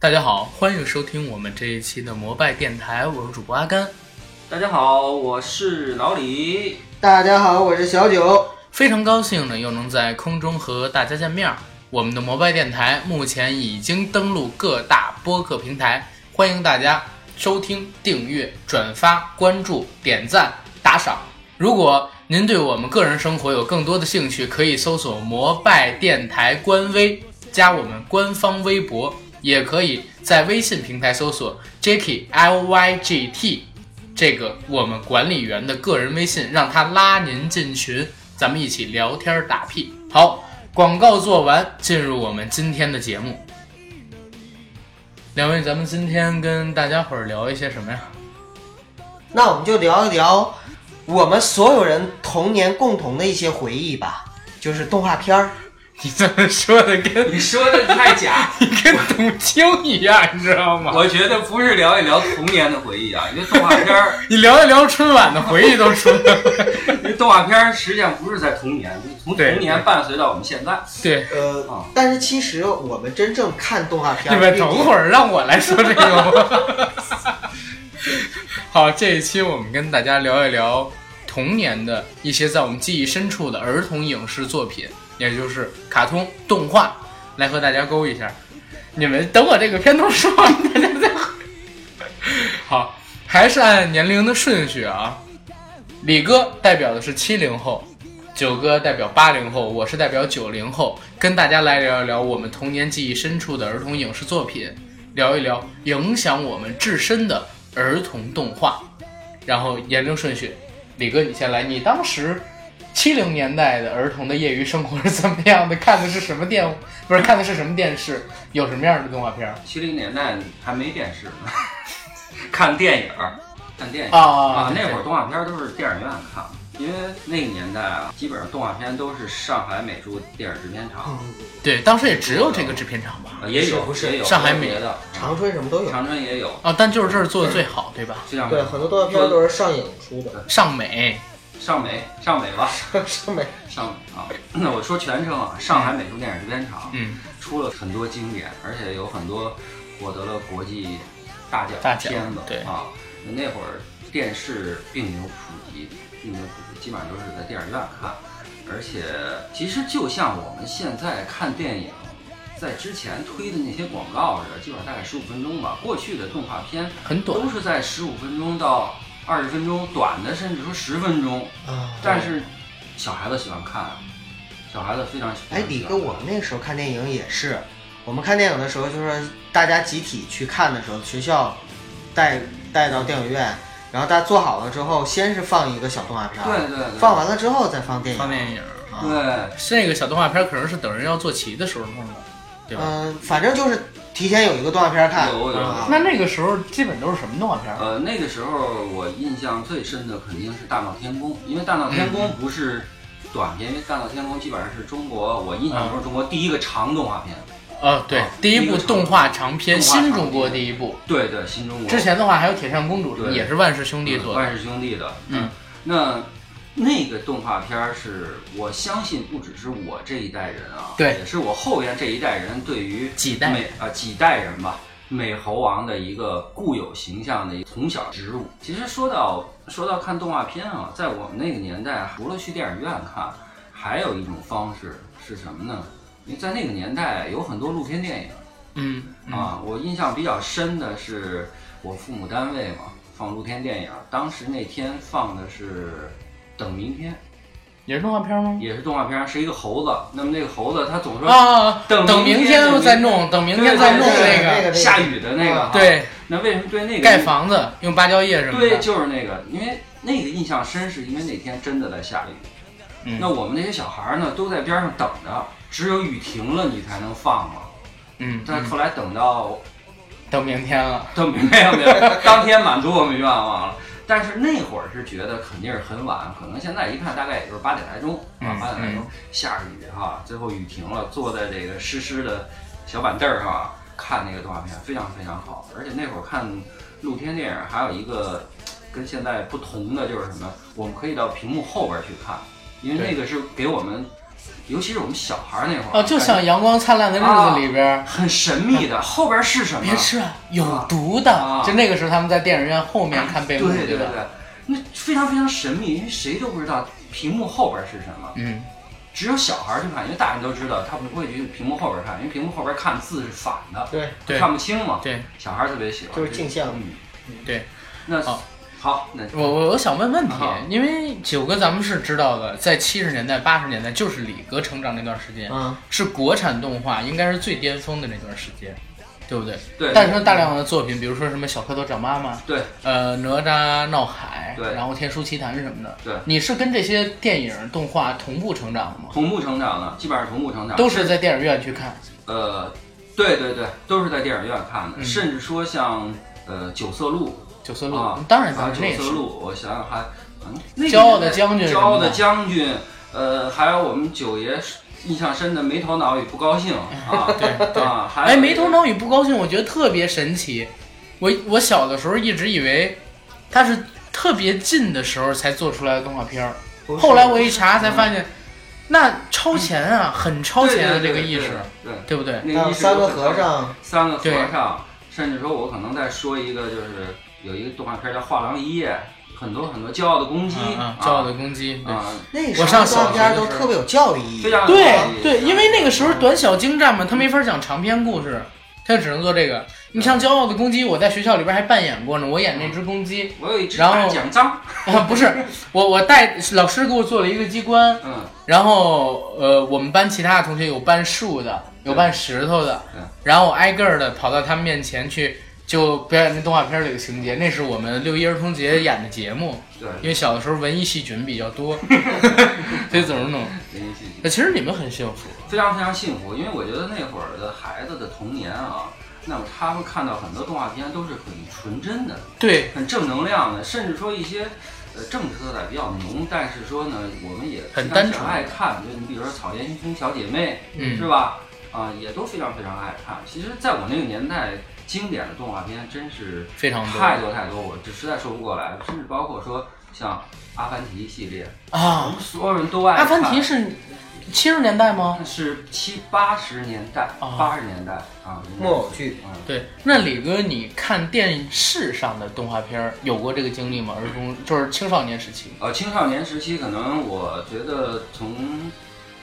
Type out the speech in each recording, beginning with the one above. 大家好，欢迎收听我们这一期的摩拜电台，我是主播阿甘。大家好，我是老李。 大家好，我是小九。非常高兴呢，又能在空中和大家见面儿。我们的摩拜电台目前已经登陆各大播客平台，欢迎大家收听、订阅、转发、关注、点赞、打赏。如果您对我们个人生活有更多的兴趣，可以搜索“摩拜电台”官微，加我们官方微博，也可以在微信平台搜索 “Jacky L Y G T”。这个我们管理员的个人微信，让他拉您进群，咱们一起聊天儿打屁。好，广告做完，进入我们今天的节目。两位，咱们今天跟大家伙儿聊一些什么呀？ 那我们就聊一聊我们所有人童年共同的一些回忆吧，就是动画片儿。你怎么说的跟你说的太假，你跟董卿一样，你知道吗？我觉得不是聊一聊童年的回忆啊，因为动画片 儿，你聊一聊春晚的回忆都出来了。因为动画片儿实际上不是在童年，就是从对童年伴随到我们现在。对，呃，啊但是其实我们真正看动画片 你儿，们等会儿。儿让我来说这个吧。 好，这一期我们跟大家聊一聊童年的一些在我们记忆深处的儿童影视作品，也就是卡通动画，来和大家勾一下。你们等我这个片头说完，大家再回。好，还是按年龄的顺序啊。李哥代表的是七零后，九哥代表八零后，我是代表九零后，跟大家来聊一聊我们童年记忆深处的儿童影视作品，聊一聊影响我们至深的儿童动画。然后年龄顺序，李哥你先来，你当时七零年代的儿童的业余生活是怎么样的？看的是什么电？不是看的是什么电视？有什么样的动画片儿七零年代还没电视呢， 看电影儿，看电影儿啊那会儿动画片儿都是电影院看的。因为那个年代啊，基本上动画片都是上海美术电影制片厂，对，当时也只有这个制片厂吧？啊也有嗯是不是也有上海美别的，长春什么都有。长春也有，啊，但就是这儿做的最好，对吧？就像对，很多动画片儿都是上影出的。上美，上美上美吧， 上美上啊，那我说全称啊，上海美术电影制片厂嗯，出了很多经典，而且有很多获得了国际大奖大的奖片子对啊。那会儿电视并没有普及，并没有普及，基本上都是在电影院看。而且其实就像我们现在看电影，在之前推的那些广告似的，基本上大概十五分钟吧。过去的动画片很短都是在十五分钟到二十分钟，短的甚至说十分钟。啊但是小孩子喜欢看，小孩子非常喜欢哎看。，李哥，我们那时候看电影也是，我们看电影的时候就是大家集体去看的时候，学校带带到电影院，然后大家做好了之后，先是放一个小动画片儿，对对对，放完了之后再放电影。放电影。啊对那个小动画片可能是等人要做齐的时候弄的，对啊吧？嗯、反正就是提前有一个动画片看。有有啊。那那个时候基本都是什么动画片？呃，那个时候我印象最深的肯定是《大闹天宫》，因为《大闹天嗯宫》不是短片，因为《大闹天宫》基本上是中国我印象中嗯是中国第一个长动画片。呃，对啊，第一部动画长片，动画长新片中国第一部。对对，新中国之前的话还有《铁扇公主》，对也是万氏兄弟嗯做的。万氏兄弟的，嗯，那那个动画片儿是我相信不只是我这一代人啊，对也是我后边这一代人对于几代美啊、几代人吧，美猴王的一个固有形象的一个从小植入。其实说到说到看动画片啊，在我们那个年代，除了去电影院看，还有一种方式是什么呢？因为在那个年代有很多露天电影。嗯，嗯啊，我印象比较深的是我父母单位嘛放露天电影，当时那天放的是《等明天也是动画片吗》，？也是动画片，是一个猴子。那么那个猴子他总说啊，等等明明天天再弄，等明天再弄对对那对个。对下雨的那个，啊对，那为什么对那个盖房子用芭蕉叶什么对，的。就是那个，因为那个印象深，是因为那天真的在下雨。嗯那我们那些小孩儿呢，都在边上等着，只有雨停了你才能放嘛。嗯，但是嗯后来等到等明天了。 都没有没有，当天满足我们愿望了。但是那会儿是觉得肯定是很晚，可能现在一看大概也就是八点来钟啊嗯，八点来钟下着雨哈、最后雨停了，坐在这个湿湿的小板凳儿哈、看那个动画片非常非常好。而且那会儿看露天电影还有一个跟现在不同的就是什么，我们可以到屏幕后边去看，因为对那个是给我们尤其是我们小孩儿那会儿哦，就像《阳光灿烂的日子》里边，很神秘的，后边是什么？别吃啊，有毒的。啊啊就那个时候他们在电影院后面看对备幕，对对吧？对，那非常非常神秘，因为谁都不知道屏幕后边是什么，嗯，只有小孩儿去看，因为大人都知道，他不会去屏幕后边看，因为屏幕后边看字是反的，对，对看不清嘛。对，小孩儿特别喜欢，就是镜像嗯，对。那好好，那我我我想问问题好，因为九哥咱们是知道的，在七十年代、八十年代，就是李哥成长那段时间，嗯，是国产动画应该是最诞峰的那段时间，对不对？对诞生大量的作品，比如说什么《小蝌蚪找妈妈》，对，呃，《哪吒闹海》，对然后《天书奇谭》什么的。对你是跟这些电影动画同步成长的吗？同步成长的，基本上同步成长，都是在电影院去看。呃，对对对，都是在电影院看的，嗯甚至说像呃《九色鹿》九色鹿，啊当然咱啊，们九那也是色。鹿，我想想还，嗯，那个骄傲的将军骄傲的什么的将军，呃，还有我们九爷印象深的没头脑与不 高兴啊，对对啊，还有哎，没头脑与不高兴，我觉得特别神奇。我我小的时候一直以为它是特别近的时候才做出来的动画片儿，不是后来我一查才发现，那超前啊，很超前啊，嗯对这对个对意识，对，对不对？那还个有意识三有个很和大，尚，三个和对尚，甚至说我可能再说一个，就是有一个动画片叫《画廊一夜》，很多很多骄傲的公鸡嗯嗯啊，，骄傲的公鸡，对啊，那我时上候小照片学的都时候特别有教育意义非。常有道对理对，因为那个时嗯候短小精湛嘛，他没法讲长篇故事，他就只能做这个。你像《骄傲的公鸡》，我在学校里边还扮演过呢，我演那只公鸡，我有一只然后大奖章，啊， 不是我，我带老师给我做了一个机关，嗯，然后呃，我们班其他的同学有搬树的，有搬石头的对，然后我挨个的跑到他们面前去，就表演那动画片里的情节。那是我们六一儿童节演的节目，对，因为小的时候文艺细菌比较多，所以总是弄。哎联系那其实你们很幸福，非常非常幸福，因为我觉得那会儿的孩子的童年啊，那么他们看到很多动画片都是很纯真的、对，很正能量的，甚至说一些呃政治色彩比较浓，但是说呢，我们也很非常单纯爱看，就你比如说《草原英雄小姐妹》是嗯，吧？啊、也都非常非常爱看。其实，在我那个年代，经典的动画片真是非常多太多太多，我这实在说不过来，甚至包括说像阿凡提系列，我啊们。所有人都爱阿看。凡提是七十年代吗？是七八十年代，啊八十年代啊，木偶剧，嗯，对，那李哥，你看电视上的动画片儿有过这个经历吗？儿童就是青少年时期，呃，青少年时期，可能我觉得从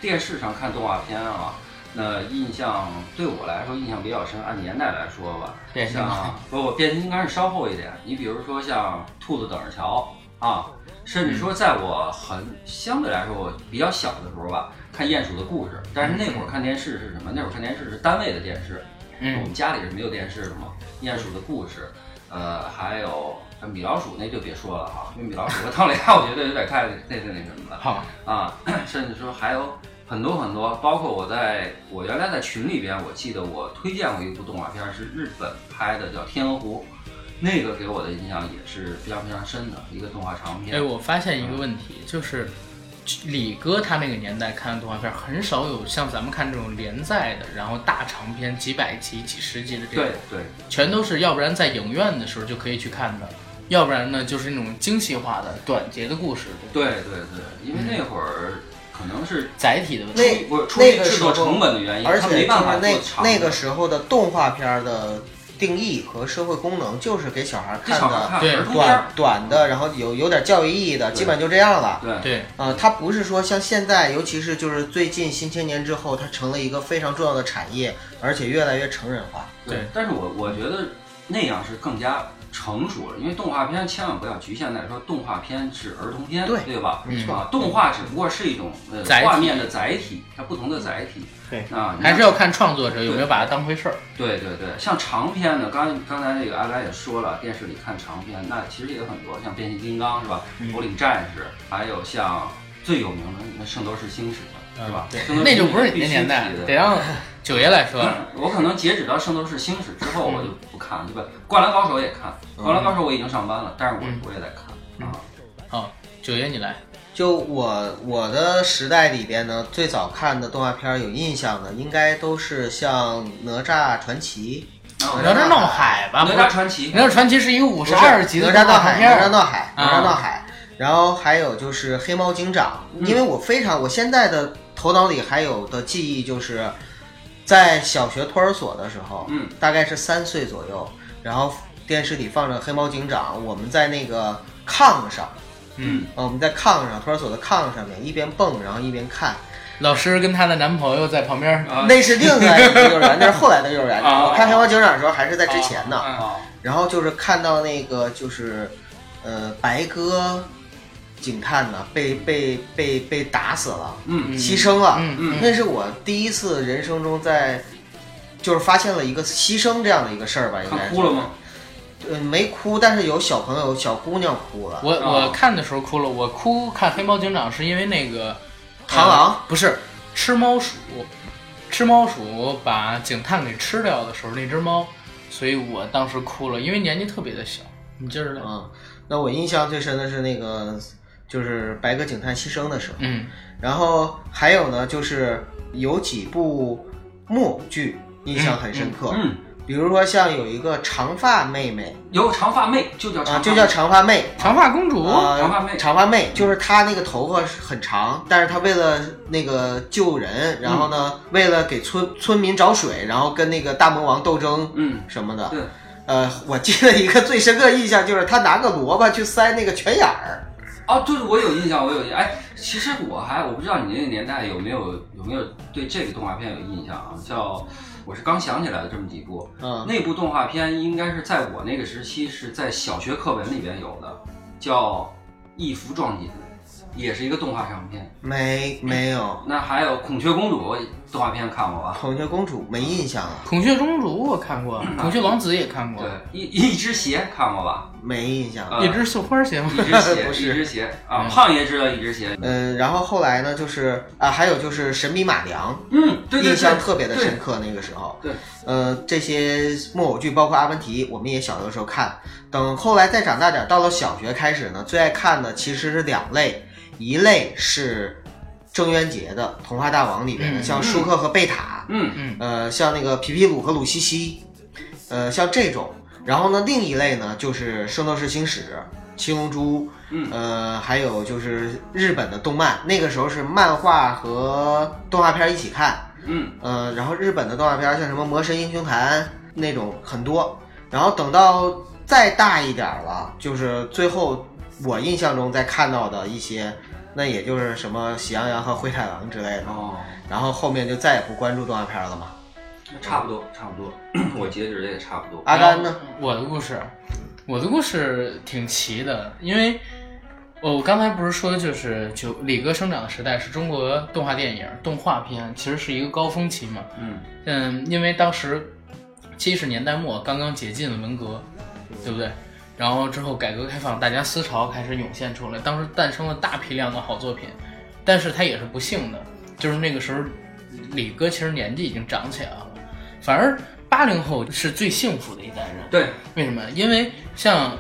电视上看动画片啊，那印象对我来说印象比较深，按年代来说吧，变形金刚像不不，变形金刚是稍后一点，你比如说像兔子等着瞧啊，甚至说在我很相对来说我比较小的时候吧，看鼹鼠的故事，但是那会儿看电视是什么？那会儿看电视是单位的电视。我嗯们家里是没有电视的嘛，《鼹鼠的故事》，呃，还有呃米老鼠那就别说了哈，因为米老鼠和唐老鸭 我觉得有点太那那那什么了好，啊， 甚至说还有很多很多，包括我在我原来在群里边，我记得我推荐过一部动画片是日本拍的，叫《天鹅湖》，那个给我的印象也是非常非常深的一个动画长哎，片。我发现一个问题，就是李哥他那个年代看的动画片，很少有像咱们看这种连载的，然后大长篇几百集、几十集的这对种，对全都是要不然在影院的时候就可以去看的，要不然呢就是那种精细化的短节的故事，对对对，嗯因为那会儿可能是载体的问题。哎那我出那于个制作时候成本的原因，而他且没就办法是做那长的那个时候的动画片儿的定义和社会功能，就是给小孩这看小的孩看对儿童片儿短短的，然后有有点教育意义的，对基本就这样了。对对，呃，它不是说像现在，尤其是就是最近新青年之后，它成了一个非常重要的产业，而且越来越成人化。对但是我我觉得那样是更加成熟了，因为动画片千万不要局限在说动画片是儿童片，对吧？没错啊，动画只不过是一种呃载体画面的载体，它不同的载体。对啊，你还是要看创作者有没有把它当回事儿。对对对，像长篇的，刚刚才那个阿甘也说了，电视里看长篇，那其实也有很多，像变形金刚是吧？嗯头领战士，还有像最有名的那《圣斗士星矢》是吧？圣斗嗯士那就星矢不是你必那须年代提的，嗯得让九爷来说。我可能截止到《圣斗士星矢》之后，我就不看，对吧？《灌篮高手》也看，《灌篮高手》我已经上班了，但是我嗯我也在看啊。九爷你来，就我我的时代里边呢，最早看的动画片儿有印象的，应该都是像《哪吒传奇嗯哪吒闹海吧？哪不是吒传奇，哪吒传奇是一个》五不十是，二集的哪吒动闹画长海》片《哪吒儿，闹海》《哪啊嗯吒闹海》，然后还有就是《黑猫警长》，因为我非常我现在的头脑里还有的记忆就是，在小学托儿所的时候，嗯，大概是三岁左右，然后电视里放着《黑猫警长》，我们在那个炕上，嗯，呃我们在炕上，托儿所的炕上面一边蹦，然后一边看，老师跟她的男朋友在旁边啊那是另外一个幼儿园，那是后来的幼儿园。啊我看《黑猫警长》的时候还是在之前呢。啊啊，然后就是看到那个就是，呃，白鸽警探呢被被被被打死了，嗯牺牲了。嗯嗯那是我第一次人生中在，就是发现了一个牺牲这样的一个事儿吧，应该看是哭了吗？？呃，没哭，但是有小朋友小姑娘哭了。我啊我看的时候哭了，我哭看《黑猫警长》是因为那个螳螂呃不是吃猫鼠，吃猫鼠把警探给吃掉的时候，那只猫，所以我当时哭了，因为年纪特别的小。你接着来，嗯，那我印象最深的是那个就是白鸽警探牺牲的时候。嗯然后还有呢，就是有几部木偶剧印象很深刻，嗯，比如说像有一个长发妹妹有长发妹就叫长发妹，啊，哦就叫长发妹。长发公主，啊，长发妹长发妹就是她那个头发是很长，但是她为了那个救人，然后呢，嗯为了给村村民找水，然后跟那个大魔王斗争嗯，什么的。对，呃，我记得一个最深刻的印象就是她拿个萝卜去塞那个泉眼儿，哦，对，我有印象，我有印象。哎，其实我还我不知道你那个年代有没有有没有对这个动画片有印象啊？叫我是刚想起来的这么几部，嗯，那部动画片应该是在我那个时期是在小学课文里边有的，叫《一夫壮锦》，也是一个动画长片。没没有，那还有《孔雀公主》动画片看过吧？孔雀公主没印象了，孔雀公主我看过，孔雀王子也看过对，，一一只鞋看过吧？没印象了。啊一只绣花鞋吗一？只鞋， 不一是只鞋啊！嗯胖爷知道一只鞋。嗯，然后后来呢，就是啊，还有就是神笔马良，嗯，对对印象对，特别的深刻。那个时候，对，呃，这些木偶剧包括阿凡提，我们也小的时候看。等后来再长大点，到了小学开始呢，最爱看的其实是两类，一类是郑渊洁的《童话大王》里面的，嗯像舒克和贝塔，嗯呃，像那个皮皮鲁和鲁西西，呃，像这种。然后呢，另一类呢就是《圣斗士星矢》《七龙珠》，嗯呃，还有就是日本的动漫，那个时候是漫画和动画片一起看，嗯呃，然后日本的动画片像什么《魔神英雄坛》那种很多，然后等到再大一点儿了，就是最后我印象中在看到的一些，那也就是什么《喜羊羊》和《灰太狼》之类的，哦，然后后面就再也不关注动画片了嘛。差不多差不多， 我截止的也差不多。阿甘呢？我的故事，我的故事挺奇的，因为哦我我刚才不是说，就是九李哥生长的时代是中国动画电影、动画片其实是一个高峰期嘛。嗯嗯，因为当时七十年代末刚刚解禁了文革，对不对？然后之后改革开放，大家思潮开始涌现出来，当时诞生了大批量的好作品，但是它也是不幸的，就是那个时候，李哥其实年纪已经长起来了，反而八零后是最幸福的一代人。对，为什么？因为像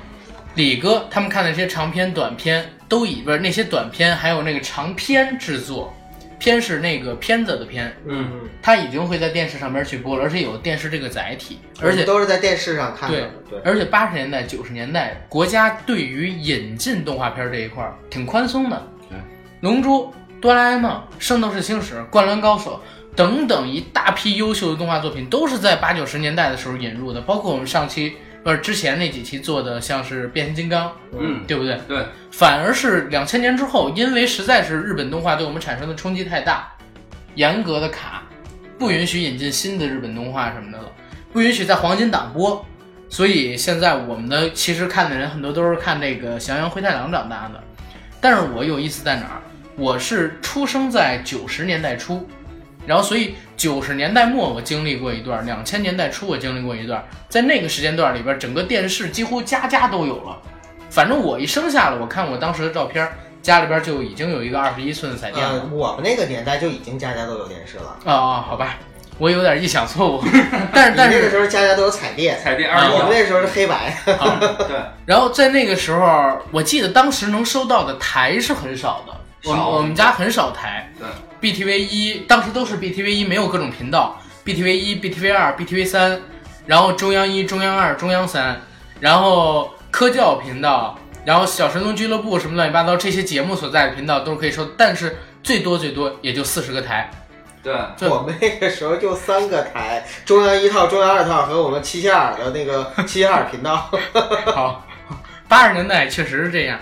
李哥他们看的这些长篇、短篇，都以不是那些短篇，还有那个长篇制作，片是那个片子的片，嗯它已经会在电视上边去播了，而且有电视这个载体，而且我们嗯都是在电视上看的对。对，而且八十年代、九十年代，国家对于引进动画片这一块儿挺宽松的。嗯对龙珠、哆啦 A 梦、圣斗士星矢、灌篮高手等等一大批优秀的动画作品，都是在八九十年代的时候引入的。包括我们上期不是之前那几期做的，像是变形金刚，嗯对不对？对，反而是两千年之后，因为实在是日本动画对我们产生的冲击太大，严格的卡，不允许引进新的日本动画什么的了，不允许在黄金档播。所以现在我们的其实看的人很多都是看这个《降羊灰太狼》长大的，但是我有意思在哪儿？我是出生在九十年代初，然后所以九十年代末我经历过一段，两千年代初我经历过一段，在那个时间段里边，整个电视几乎家家都有了。反正我一生下来，我看我当时的照片，家里边就已经有一个二十一寸的彩电了呃，。我们那个年代就已经家家都有电视了，啊、啊，好吧，我有点臆想错 误，但是你但那个是时候家家都有彩电，彩电二啊我们一，那时候是黑白。啊，对，然后在那个时候，我记得当时能收到的台是很少的，我们少我们家很少台对，BTV 一当时都是 BTV 一，没有各种频道，BTV 一、BTV 二、BTV 三，然后中央一、中央二、中央三，然后科教频道，然后小神龙俱乐部什么乱七八糟这些节目所在的频道都是可以收，但是最多最多也就四十个台，对，对我们那个时候就三个台，中央一套、中央二套和我们齐齐哈尔的那个齐齐哈尔频道。 好，八十年代确实是这样。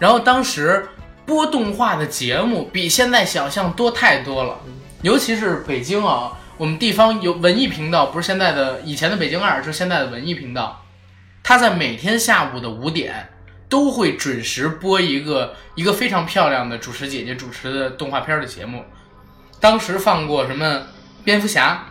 然后当时播动画的节目比现在想象多太多了，尤其是北京啊，我们地方有文艺频道，不是现在的以前的北京二，是现在的文艺频道。它在每天下午的五点都会准时播一个一个非常漂亮的主持姐姐主持的动画片的节目。当时放过什么蝙蝠侠，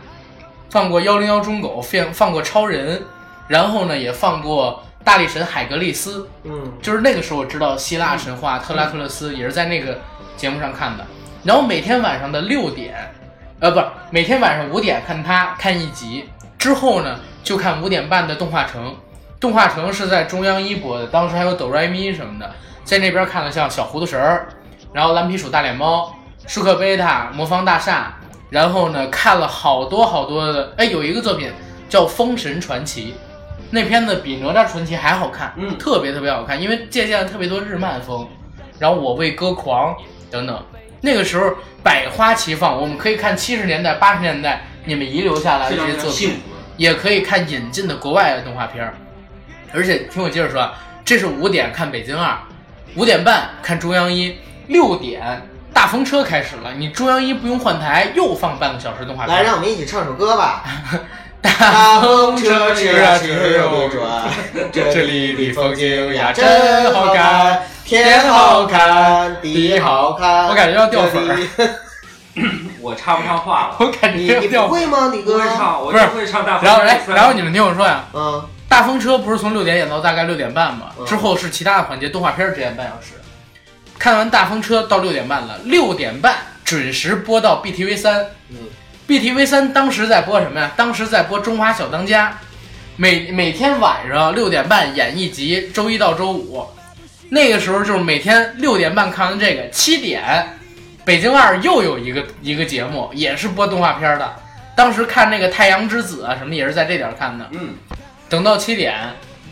放过幺零幺中狗，放放过超人，然后呢，也放过大力神海格力斯，嗯，就是那个时候我知道希腊神话特拉克勒斯也是在那个节目上看的。然后每天晚上的六点，呃，不是每天晚上五点看他看一集，之后呢就看五点半的动画城。动画城是在中央一播的，当时还有哆来咪什么的，在那边看了像小糊涂神儿，然后蓝皮鼠大脸猫、舒克贝塔、魔方大厦，然后呢看了好多好多的，哎，有一个作品叫《封神传奇》，那片子比《哪吒传奇》还好看，嗯特别特别好看，因为借鉴了特别多日漫风，然后我为歌狂等等，那个时候百花齐放，我们可以看七十年代、八十年代你们遗留下来的非这些常非常作幸品，福的。也可以看引进的国外的动画片儿。而且听我接着说，啊，这是五点看北京二，五点半看中央一，六点大风车开始了，你中央一不用换台，又放半个小时动画片来，儿。让我们一起唱首歌吧。大风车驰啊驰又又转，转，这里的风景呀真真好好看看，天天好好看看，地地好好看看。我感觉要掉粉儿这里。我插不上话了， 我感你觉你掉不。会吗，李不哥会？唱，我不是就会唱大风然后车来，三然后你们听我说呀，嗯，大风车不是从六点演到大概六点半嘛？嗯之后是其他的环节，动画片儿只演半小时。看完大风车到六点半了，六点半准时播到 BTV 三。嗯 BTV 三当时在播什么呀？当时在播《中华小当家》每，每天晚上六点半演一集，周一到周五。那个时候就是每天六点半看完这个，七点北京二又有一个一个节目，也是播动画片儿的。当时看那个《太阳之子》啊什么也是在这点儿看的。嗯，等到七点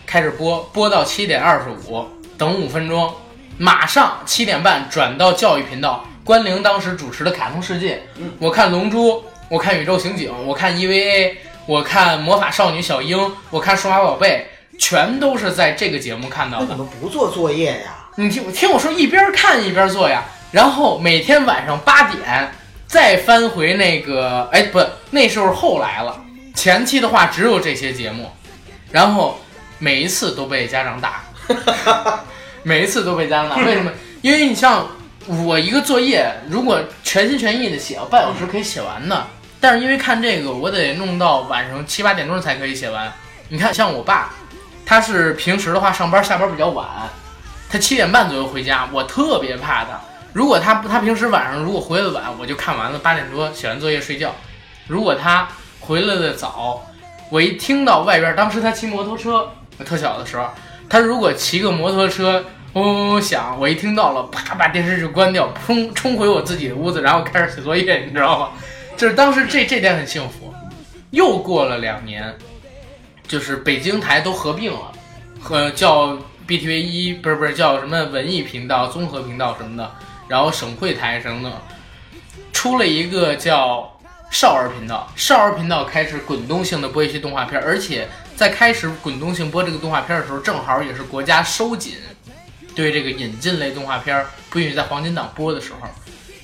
开始播，播到七点二十五，等五分钟，马上七点半转到教育频道。关凌当时主持的《卡通世界》嗯我看《龙珠》，我看《宇宙刑警》，我看 EVA，我看《魔法少女小樱》，我看《数码宝贝》，全都是在这个节目看到那的你。们不做作业呀？你听听我说，一边看一边做呀。然后每天晚上八点再翻回那个，哎，不，那时候后来了。前期的话只有这些节目，然后每一次都被家长打，每一次都被家长打。为什么？因为你像我一个作业，如果全心全意的写，半小时可以写完的。但是因为看这个，我得弄到晚上七八点钟才可以写完。你看，像我爸，他是平时的话上班下班比较晚，他七点半左右回家，我特别怕他。如果他不，他平时晚上如果回来的晚，我就看完了八点多写完作业睡觉；如果他回来的早，我一听到外边，当时他骑摩托车，我特小的时候，他如果骑个摩托车嗡嗡嗡响，我一听到了，啪把电视就关掉，冲冲回我自己的屋子，然后开始写作业，你知道吗？就是当时这这点很幸福。又过了两年，就是北京台都合并了，和叫 BTV 一不是不是叫什么文艺频道、综合频道什么的，然后省会台什么的，出了一个叫少儿频道。少儿频道开始滚动性的播一些动画片，而且在开始滚动性播这个动画片的时候，正好也是国家收紧对这个引进类动画片不允许在黄金档播的时候，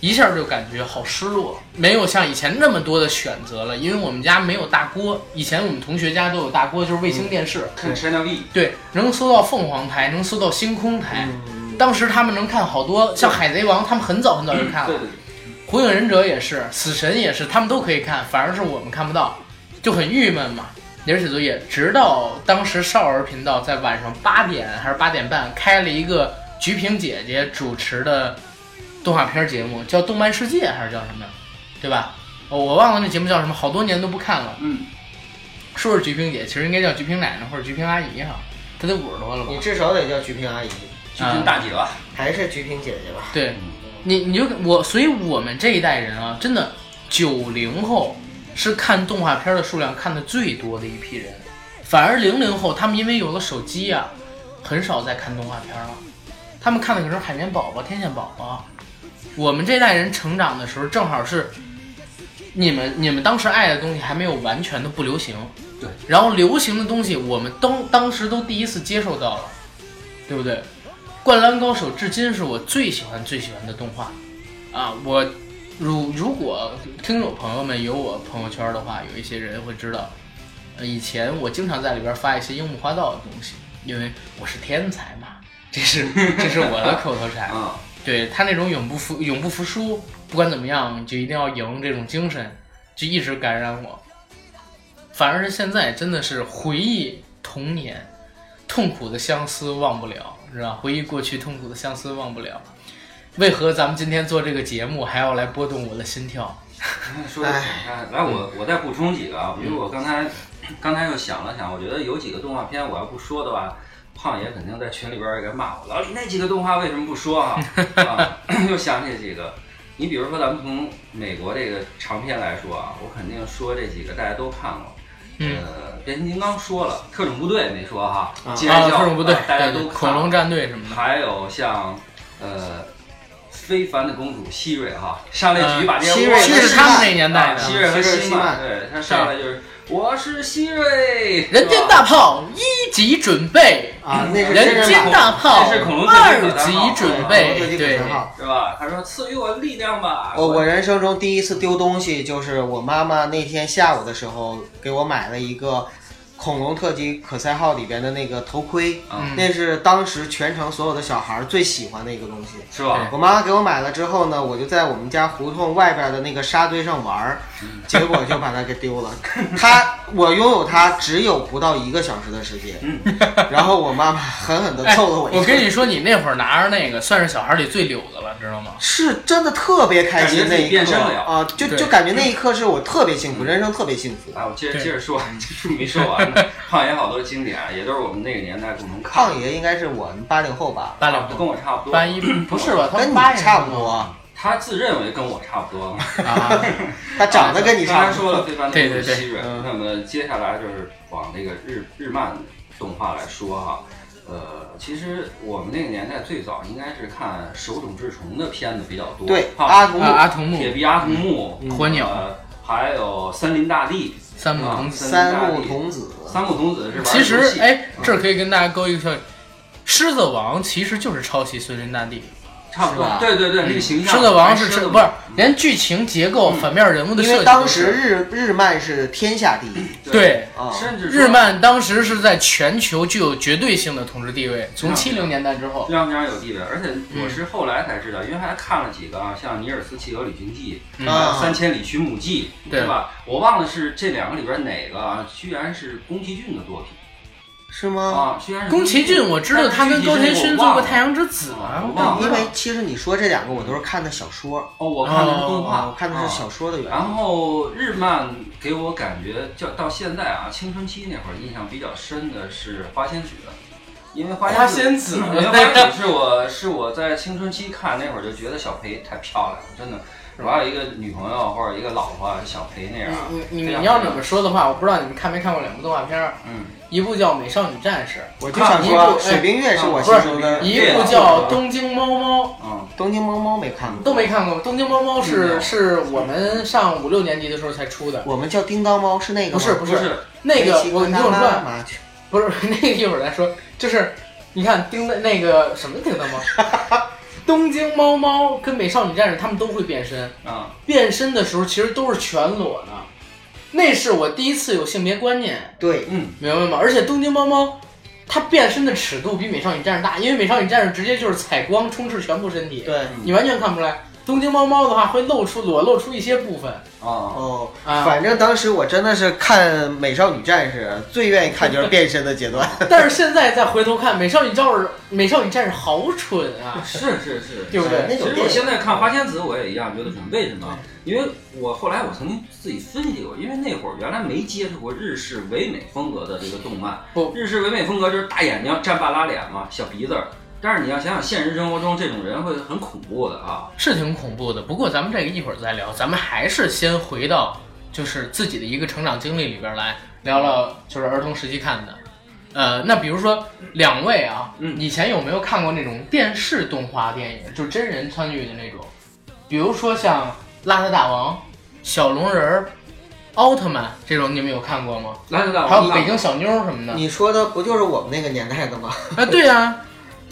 一下就感觉好失落，没有像以前那么多的选择了，因为我们家没有大锅，以前我们同学家都有大锅，就是卫星电视。看 China V，对，能搜到凤凰台，能搜到星空台。嗯，当时他们能看好多，像《海贼王》，他们很早很早就看了，对对，火影忍者》也是，《死神》也是，他们都可以看，反而是我们看不到，就很郁闷嘛。也是写作业，直到当时少儿频道在晚上八点还是八点半开了一个菊萍姐姐主持的动画片节目，叫《动漫世界》还是叫什么，对吧？哦，我忘了那节目叫什么，好多年都不看了。嗯，说是菊萍姐，其实应该叫菊萍奶奶或者菊萍阿姨哈，她都五十多了吧？ 你至少得叫菊萍阿姨，就跟大姐吧，还是菊萍姐姐吧？对，你你就我，所以我们这一代人啊，真的九零后是看动画片的数量看的最多的一批人，反而零零后他们因为有了手机啊，很少再看动画片了，他们看的可是海绵宝宝、天线宝宝，我们这代人成长的时候，正好是你们你们当时爱的东西还没有完全的不流行，对，然后流行的东西我们都当时都第一次接受到了，对不对？《灌篮高手》至今是我最喜欢最喜欢的动画，啊，我如如果听众朋友们有我朋友圈的话，有一些人会知道，呃，以前我经常在里边发一些樱木花道的东西，因为我是天才嘛，这是这是我的口头禅。嗯，对他那种永不服永不服输，不管怎么样就一定要赢这种精神，就一直感染我。反而是现在真的是回忆童年，痛苦的相思忘不了，是吧？回忆过去痛苦的相思忘不了。为何咱们今天做这个节目还要来拨动我的心跳？说的挺开。来，我我再补充几个啊，因为我刚才刚才又想了想，我觉得有几个动画片我要不说的话，胖爷肯定在群里边儿也该骂我。老李那几个动画为什么不 说啊？啊， 又想起几个。你比如说，咱们从美国这个长片来说啊，我肯定说这几个大家都看过。嗯呃，变形金刚说了，特种部队没说哈，啊既啊，然叫特种部队啊、、大家对都对恐龙战，战队什么的，还有像呃非凡的公主希瑞哈，上来举一把电，呃希我瑞这是他们那年代啊，的。希瑞和希曼，希对他上来就是我是希瑞，人间大炮一级准备，啊，那是真人人间版大炮这是恐龙二战队的级准恐龙特备，技对可神号是吧？他说赐予我力量吧，我我人生中第一次丢东西，就是我妈妈那天下午的时候给我买了一个恐龙特级可赛号里边的那个头盔，嗯那是当时全城所有的小孩儿最喜欢的一个东西。是吧？我妈妈给我买了之后呢，我就在我们家胡同外边的那个沙堆上玩儿，结果就把它给丢了。它我拥有它只有不到一个小时的时间，然后我妈妈狠狠地揍了我一顿。哎我跟你说，你那会儿拿着那个，算是小孩里最溜的了，知道吗？是真的特别开心感觉自那己一刻变身了呀啊，就对就感觉那一刻是我特别幸福，人生特别幸福。啊，我接着对接着说， 这书没说完 呢。胖爷好多经典啊，也都是我们那个年代共同看的。胖爷应该是我们八零后吧，八零啊跟我差不多，八一不是吧？他跟们你八零差不多，他自认为跟我差不多嘛。啊，他长得跟你刚差才不说多。了非凡的对公对主对希瑞，嗯那么接下来就是往这个日日漫动画来说哈、呃，其实我们那个年代最早应该是看手冢治虫的片子比较多，对，哈阿童啊 木阿童木、铁臂阿童木、嗯火鸟、呃，还有森林大啊地、三木童子。三木童子，三木童子是吧？其实，哎，嗯这儿可以跟大家勾一个消息，《狮子王》其实就是抄袭《森林大地》。差不是多吧，对对对，那《个形嗯象，狮子王》是狮子不是连剧情结构、反面人物的因设为计当都时是？日日漫是天下第一对，啊，甚至说日漫当时是在全球具有绝对性的统治地位，从七零年代之后，非常非常有地位，而且嗯我是后来才知道，因为还看了几个啊，像《尼尔斯骑鹅旅行记》嗯还有啊《三千里寻母记》，对是吧？我忘了是这两个里边哪个啊，居然是宫崎骏的作品是吗？啊，居然是宫崎骏我知道他跟高田勋做过《太阳之子》啊，哦我忘但了因为其实你说这两个我都是看的小说，哦，我看的是动画，啊，我看的是小说的原啊因。然后日漫给我感觉，就到现在啊，青春期那会儿印象比较深的是花仙子，因为花仙花子，仙因子为花仙子是我是我在青春期看那会儿就觉得小裴太漂亮，真的，我要有一个女朋友或者一个老婆，小裴那样，你你嗯你非常你要这么说的话，我不知道你们看没看过两部动画片儿，嗯，一部叫《美少女战士我就想啊一部说，水冰月是我哎心中的不》，是一对部啊叫《东京猫猫》，嗯，东京猫猫没看过，都没看过。《东京猫猫没是》有是我们上五六年级的时候才出的，我们叫叮当猫是那个吗？不是不不是是那个我你听我说啊，妈去，不是 那个一会儿再说，就是你看叮的那个什么叮当 猫，东京猫猫跟美少女战士他们都会变身，嗯，变身的时候其实都是全裸的，那是我第一次有性别观念。对，嗯，明白吗？而且东京猫猫，它变身的尺度比美少女战士大，因为美少女战士直接就是采光充斥全部身体，对，你完全看不出来。东京猫猫的话会露出裸露出一些部分啊，哦，啊，反正当时我真的是看《美少女战士》，最愿意看就是变身的 阶段。但是现在再回头看，美少女战士，美少女战士好蠢啊，是是是，对不对？那其种实我电影现在看《花仙子》，我也一样觉得很为什么？啊因为我后来我曾经自己分析过，因为那会儿原来没接触过日式唯美风格的这个动漫不。日式唯美风格就是大眼睛、战半拉脸嘛，小鼻子儿。但是你要想想，现实生活中这种人会很恐怖的啊。是挺恐怖的。不过咱们这个一会儿再聊，咱们还是先回到就是自己的一个成长经历里边来聊聊，就是儿童时期看的。呃，那比如说两位啊，嗯以前有没有看过那种电视动画电影，就真人参与的那种？比如说像邋遢大王、小龙人儿、奥特曼这种，你们有看过吗？邋遢大还有王，北京小妞儿什嗯么的。你说的不就是我们那个年代的吗？啊，对呀、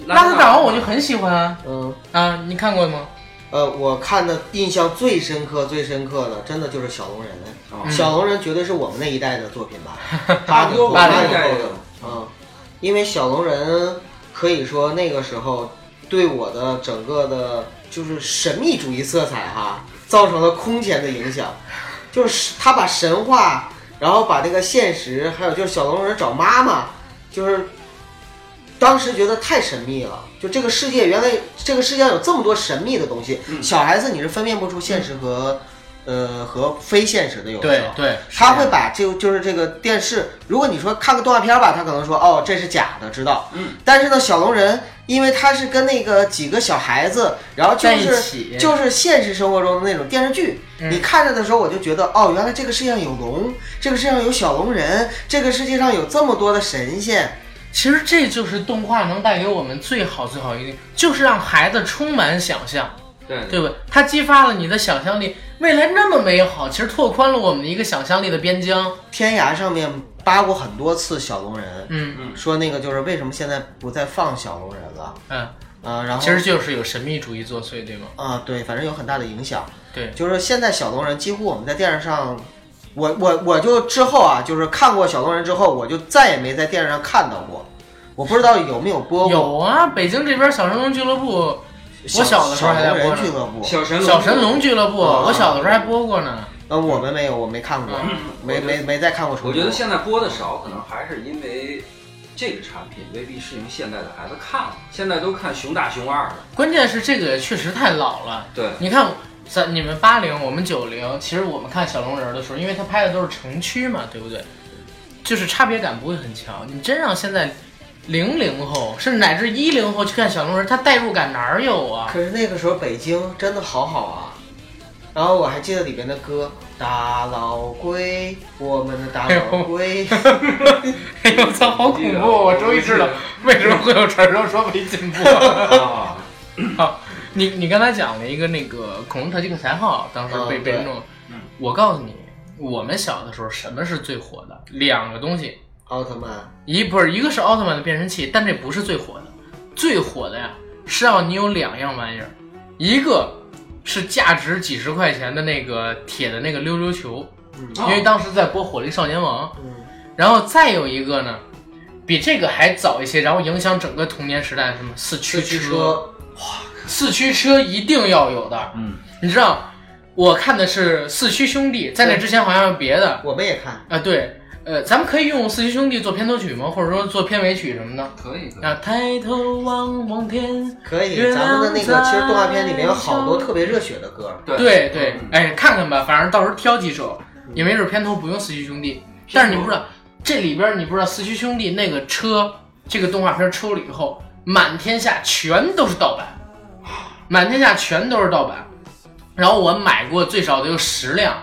邋邋遢大王我就很喜欢啊嗯，啊！你看过吗？呃，我看的印象最深刻、最深刻的，真的就是小龙人。哦小龙人绝对是我们那一代的作品 吧，八零后八零八零代后的的，嗯，因为小龙人可以说那个时候对我的整个的，就是神秘主义色彩哈、造成了空前的影响，就是他把神话，然后把那个现实，还有就是小龙人找妈妈，就是当时觉得太神秘了，就这个世界原来这个世界上有这么多神秘的东西，嗯小孩子你是分辨不出现实和、呃和非现实的有时候对对，他会把就就是这个电视，如果你说看个动画片吧，他可能说哦这是假的，知道。嗯。但是呢，小龙人因为他是跟那个几个小孩子，然后就在一是起就是现实生活中的那种电视剧，嗯你看着的时候我就觉得哦，原来这个世界上有龙，这个世界上有小龙人，这个世界上有这么多的神仙。其实这就是动画能带给我们最好最好一点，就是让孩子充满想象，对对不对？它激发了你的想象力，未来那么美好，其实拓宽了我们的一个想象力的边疆。天涯上面扒过很多次小龙人，嗯说那个就是为什么现在不再放小龙人了嗯，啊、然后其实就是有神秘主义作祟，对吗？啊、对，反正有很大的影响。对，就是现在小龙人几乎我们在电视上，我我我就之后啊，就是看过小龙人之后，我就再也没在电视上看到过。我不知道有没有播过有啊，北京这边小神龙俱乐部、小我小的时候还在小龙播人呢俱乐部，小神龙，小神龙俱乐部，啊我小的时候还播过呢。呃，我们没有，我没看过，嗯嗯没没没再看过重播。我觉得现在播的少，可能还是因为这个产品未必适应现在的孩子看了，现在都看《熊大熊二》了。关键是这个也确实太老了。对，你看，咱你们八零，我们九零，其实我们看小龙人的时候，因为他拍的都是城区嘛，对不对？就是差别感不会很强。你真让现在零零后，甚至乃至一零后去看小龙人，他代入感哪儿有啊？ 可是那个时候北京真的好好啊。然后我还记得里边的歌，大老龟，我们的大老龟，哎呦我操，好恐怖！啊我终于知道为什么会有传说说没进步。啊， 你你刚才讲了一个那个恐龙特技才号，当时被嗯被对弄嗯。我告诉你，我们小的时候什么是最火的？两个东西，奥特曼，一不是一个是奥特曼的变身器，但这不是最火的，最火的呀是要你有两样玩意儿，一个是价值几十块钱的那个铁的那个溜溜球，嗯因为啊当时在播《火力少年王》，嗯，然后再有一个呢，比这个还早一些，然后影响整个童年时代的什么四驱四驱车，四驱车一定要有的，嗯，你知道，我看的是四驱兄弟，在那之前好像有别的啊、我们也看。对，呃，咱们可以用四驱兄弟做片头曲吗？或者说做片尾曲什么的？嗯可以可以。啊，抬头望望天，可以月，亮咱们的那个在其实动画片里面有好多特别热血的歌，对对对嗯，哎，看看吧，反正到时候挑几首，也没准片头不用四驱兄弟。但是你不知道，这里边你不知道四驱兄弟那个车，这个动画片出了以后，满天下全都是盗版，满天下全都是盗版。然后我买过最少得有十辆，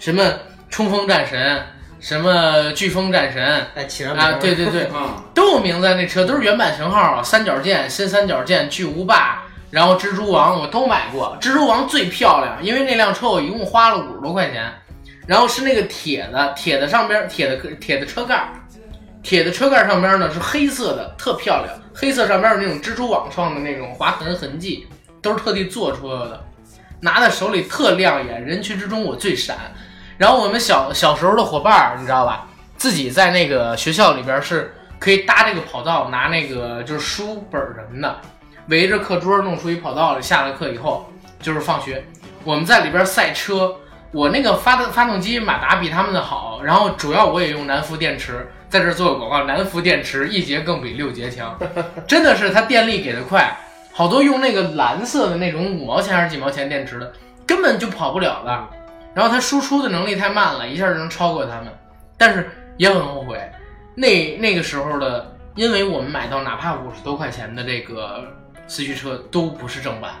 什么冲锋战神，什么飓风战神哎，起上名啊，儿对对对，嗯，都有名字啊，那车都是原版型号啊，三角剑、新三角剑、巨无霸，然后蜘蛛王我都买过。蜘蛛王最漂亮，因为那辆车我一共花了五十多块钱，然后是那个铁的，铁的上边铁的铁的车盖儿，铁的车盖儿上边呢是黑色的，特漂亮，黑色上边有那种蜘蛛网状的那种划痕痕迹，都是特地做出来的，拿在手里特亮眼，人群之中我最闪。然后我们小小时候的伙伴儿，你知道吧？自己在那个学校里边儿是可以搭这个跑道，拿那个就是书本儿什么的，围着课桌弄出一跑道来。下了课以后就是放学，我们在里边儿赛车。我那个发的发动机马达比他们的好，然后主要我也用南孚电池，在这儿做个广告，南孚电池一节更比六节强，真的是它电力给的快，好多用那个蓝色的那种五毛钱还是几毛钱电池的，根本就跑不了的。然后它输出的能力太慢了，一下就能超过他们，但是也很后悔。那那个时候的，因为我们买到哪怕五十多块钱的这个四驱车都不是正版，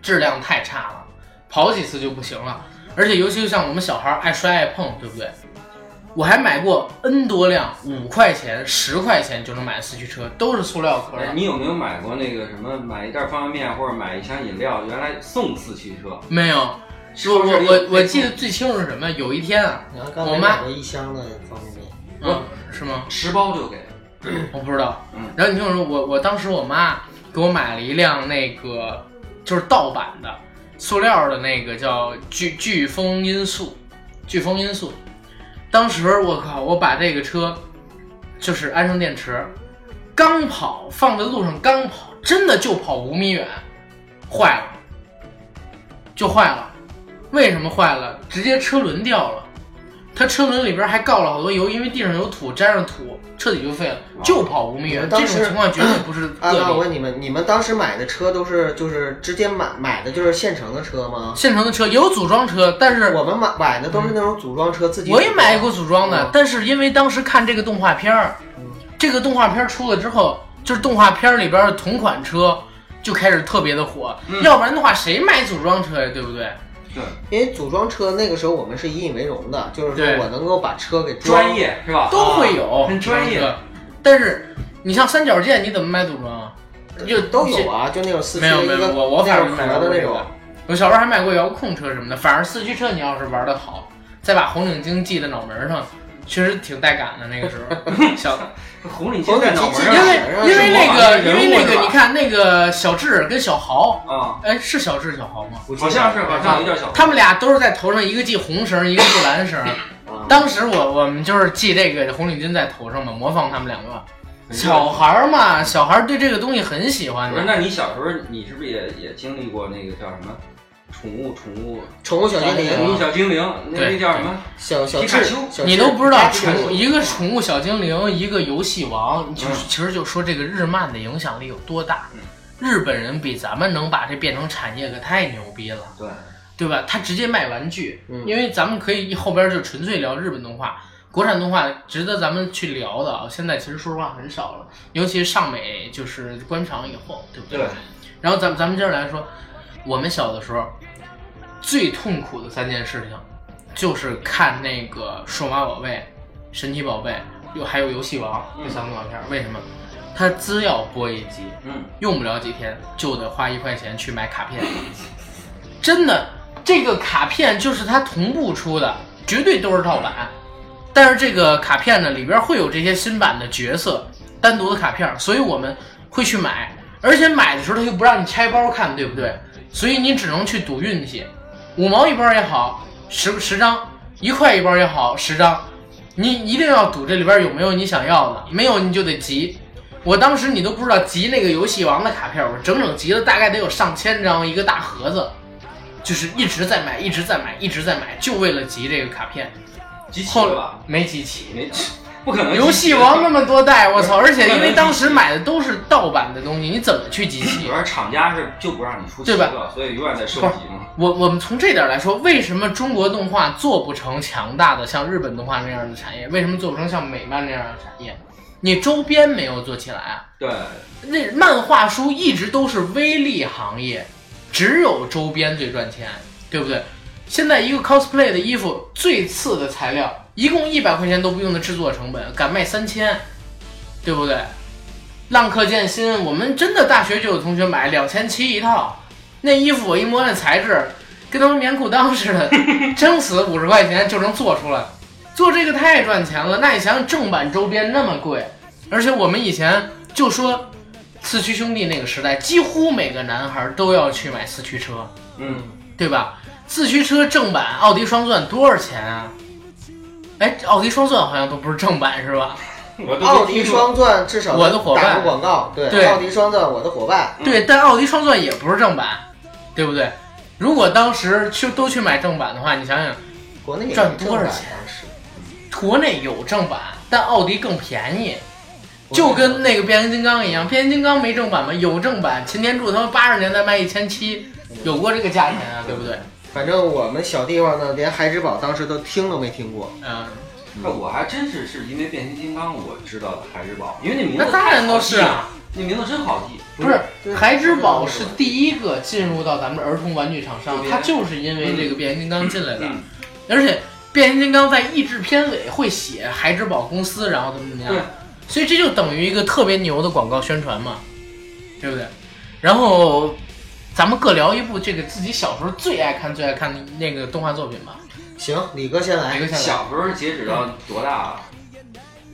质量太差了，跑几次就不行了。而且尤其就像我们小孩儿爱摔爱碰，对不对？我还买过 N 多辆，五块钱、十块钱就能买的四驱车，都是塑料壳哎，的。你有没有买过那个什么，买一袋方便面或者买一箱饮料，原来送四驱车？没有，我超市我里我我记得最清楚是什么？有一天啊，然后刚我才妈买过一箱的方便面，嗯，是吗？十包就给，我不知道嗯。然后你听我说，我我当时我妈给我买了一辆那个就是盗版的塑料的那个叫飓飓风音速，飓风音速。当时我靠，我把这个车就是安上电池，刚跑放在路上刚跑，真的就跑五米远，坏了，就坏了。为什么坏了？直接车轮掉了。它车轮里边还告了好多油，因为地上有土，沾上土彻底就废了，就跑五米你远。们这当种时情况绝对不是啊，那我个例。问你们，你们当时买的车都是就是直接买买的就是现成的车吗？现成的车也有组装车，但是我们买买的都是那种组装车，自己我也组买装过组装的嗯，但是因为当时看这个动画片儿，这个动画片儿出了之后，就是动画片儿里边儿的同款车就开始特别的火，嗯要不然的话谁买组装车呀，对不对？对，因为组装车那个时候我们是引以为荣的，就是对说我能够把车给装专，业是吧？都会有啊很专组业装车但是你像三角剑，你怎么买组装啊？就都有啊，就那种四驱没有一没有个我我那反正种买过盒的那这种个，我小时候还买过遥控车什么的，反正四驱车你要是玩的好，再把红领巾系在脑门上，确实挺带感的。那个时 候，小红领巾在脑门红因领上巾为因为那个因为那人物是吧个你看那个小智跟小豪，啊，哎是小智小豪吗？好像是好像有点小。他们俩都是在头上一个系红绳，一个系蓝绳。啊当时我我们就是系这个红领巾在头上嘛，模仿他们两个。小孩儿嘛，小孩儿对这个东西很喜欢不的是，。那你小时候你是不是也也经历过那个叫什么？宠物宠物宠物小精宠灵物小精灵，那对那叫什么？小小皮卡智丘，小你智都不知道哎宠这物个一个宠物小精灵，一个游戏王，就嗯是其实就说这个日漫的影响力有多大嗯。日本人比咱们能把这变成产业可太牛逼了，对，对吧？他直接卖玩具，嗯因为咱们可以后边就纯粹聊日本动画，国产动画值得咱们去聊的啊。现在其实说实话很少了，尤其是上美就是官场以后，对不对然后咱们咱们接着来说，我们小的时候最痛苦的三件事情，就是看那个数码宝贝、神奇宝贝，又还有游戏王嗯这三个动画片儿。为什么？它只要播一集，嗯，用不了几天就得花一块钱去买卡片，真的，这个卡片就是它同步出的，绝对都是盗版。但是这个卡片呢，里边会有这些新版的角色单独的卡片，所以我们会去买，而且买的时候它又不让你拆包看，对不对？所以你只能去赌运气，五毛一包也好，十十张，一块一包也好，十张，你一定要赌这里边有没有你想要的，没有你就得集。我当时你都不知道集那个游戏王的卡片，我整整集了大概得有上千张一个大盒子，就是一直在买，一直在买，一直在买，就为了集这个卡片。集齐后了来吧？没集齐。没，不可能。游戏王那么，么多代，我操！而且因不可 为能当时买的都是盗版的东西，你怎么去集主 齐？要是厂家是就不让你出齐对吧了，所以永远在收集嘛。我我们从这点来说，为什么中国动画做不成强大的像日本动画那样的产业？为什么做不成像美漫那样的产业？你周边没有做起来啊？对，那漫画书一直都是微利行业，只有周边最赚钱，对不对？现在一个 cosplay 的衣服，最次的材料，一共一百块钱都不用的制作成本，敢卖三千，对不对？浪客剑心，我们真的大学就有同学买两千七一套，那衣服我一摸那材质，跟他妈棉裤裆似的，撑死五十块钱就能做出来，做这个太赚钱了。那你想想正版周边那么贵，而且我们以前就说四驱兄弟那个时代，几乎每个男孩都要去买四驱车，嗯，对吧？四驱车正版奥迪双钻多少钱啊？哎，奥迪双钻好像都不是正版是吧？我都奥迪双钻至少我的伙伴打过广告，对对，奥迪双钻我的伙伴，对，但奥迪双钻也不是正版，对不对？如果当时去都去买正版的话，你想想，国内也赚没多少正版钱当时国内有正版，但奥迪更便宜，就跟那个变形金刚一样，变形金刚没正版吗？有正版，擎天柱他妈八十年代卖一千七，有过这个价钱啊，对不对？反正我们小地方呢，连孩之宝当时都听都没听过。嗯，那我还真是是因为变形金刚我知道的海之宝，因为那名字那当然都是太好啊记。了，那名字真好记。不是，孩之宝是不是第一个进入到咱们儿童玩具厂商周，边它就是因为这个变形金刚进来的嗯，而且变形金刚在译制片尾会写孩之宝公司，然后怎么怎么对样，所以这就等于一个特别牛的广告宣传嘛，对不对？然后咱们各聊一部这个自己小时候最爱看、最爱看的那个动画作品吧。行，李哥先哪来个。先来？小时候截止到多大啊？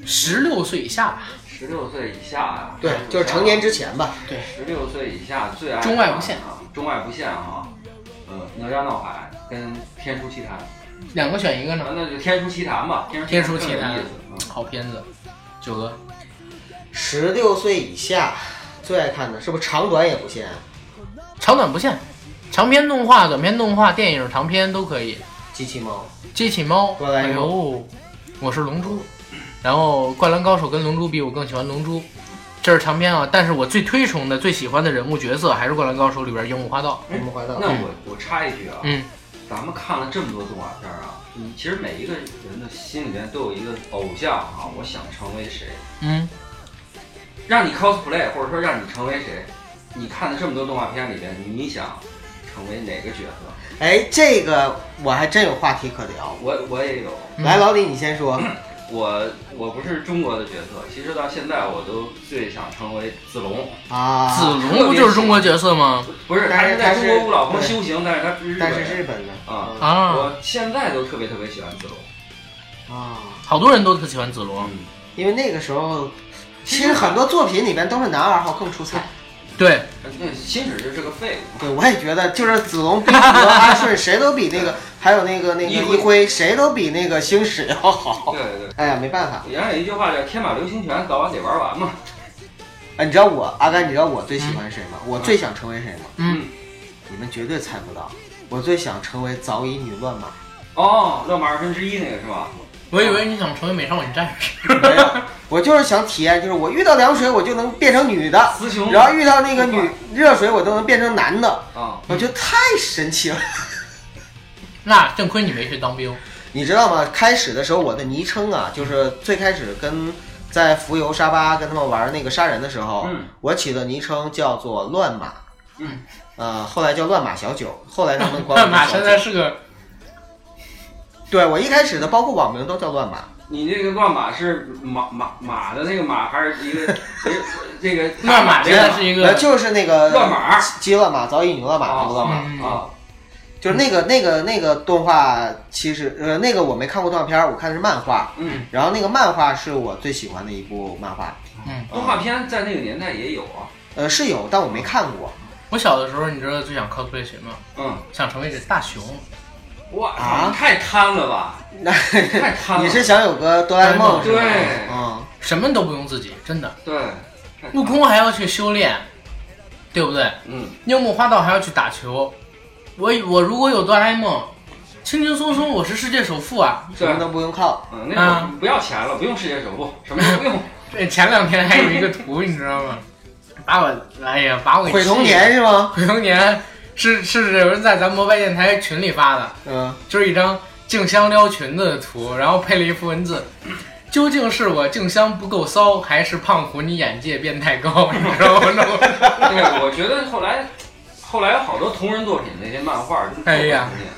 十六岁以下吧，十六岁以下啊？对，就是成年之前吧。十六岁以下最爱中外无限啊，中外无限啊，呃，哪吒闹海跟天书奇谭，两个选一个呢那。那就天书奇谭吧，天天书奇谭谭更有意思，嗯好片子，九哥，十六岁以下最爱看的是不是长短也不限？长短不限，长篇动画、短篇动画、电影、长篇都可以。机器猫，机器猫，哆啦 A 梦哎呦，我是龙珠，然后灌篮高手跟龙珠比，我更喜欢龙珠。这是长篇啊，但是我最推崇的、最喜欢的人物角色还是《灌篮高手》里边樱木花道。我们回嗯到那我我插一句啊，嗯，咱们看了这么多动画片啊，嗯其实每一个人的心里边都有一个偶像啊，我想成为谁，嗯，让你 cosplay 或者说让你成为谁，你看的这么多动画片里边，你想成为哪个角色？哎，这个我还真有话题可聊。我我也有。嗯来，老李，你先说。我我不是中国的角色，其实到现在我都最想成为子龙，啊，子龙不就是中国角色吗？不是，但他是是在但中是国五老峰对修行，但是他不是日本但人是日本的啊啊，我现在都特别特别喜欢子龙，啊，好多人都特喜欢子龙。嗯，因为那个时候，其实很多作品里面都是男二号更出彩。对，呃那新史就是个废物，对，我也觉得就是子龙、逼格、阿顺，谁都比那个，还有那个那个一一辉辉，谁都比那个星矢要好。对对。哎呀，没办法。原来有一句话叫“天马流星拳，早晚得玩完嘛哎，你知道我阿甘，你知道我最喜欢谁吗？我最想成为谁吗？嗯，你们绝对猜不到。我最想成为早乙女乱马。”。哦，乱马二分之一那个是吧？我以为你想成为美少女战士。没有，我就是想体验，就是我遇到凉水，我就能变成女的，雌雄然后遇到那个女热水，我都能变成男的，啊，我觉得太神奇了。 那正亏你没去当兵。你知道吗？开始的时候我的昵称嗯啊，就是最开始跟在浮游沙巴跟他们玩那个杀人的时候，嗯我起的昵称叫做乱马，嗯，呃，后来叫乱马小九，后来他们管 乱我叫马小现在九。是个对我一开始的包括网名都叫乱马，你这个乱马是马马马的那个马，还是一 个这个乱马，这现在是一呃个就是那个乱马鸡乱马、早乙女乱马那个乱马。嗯啊？就是那个那个那个动画，其实呃，那个我没看过动画片儿，我看的是漫画。嗯，然后那个漫画是我最喜欢的一部漫画，动画片在那个年代也有啊。呃，是有，但我没看过。我小的时候，你知道最想 cosplay 谁吗？嗯，想成为一只大熊。哇，啊你太贪了吧，那太贪了。你是想有个哆啦 A 梦哦是吧？对嗯，什么都不用自己，真的。对，太贪了悟，空还要去修炼，对不对？嗯，樱木花道还要去打球。我我如果有哆啦 A 梦，轻轻松松我是世界首富啊！什对么，都啊不用靠。嗯，那会儿不要钱了，不用世界首富，什么都不 用。这前两天还有一个图， 你知道吗？把我哎呀，把我给毁童气年的！是吗？ 毁童年是是有人在咱们摩拜电台群里发的，嗯，就是一张静香撩裙子的图，然后配了一幅文字。究竟是我静香不够骚，还是胖虎你眼界变太高？你知道 吗？那我对，我觉得后来，后来有好多同人作品那些漫画，真的特别哎呀经典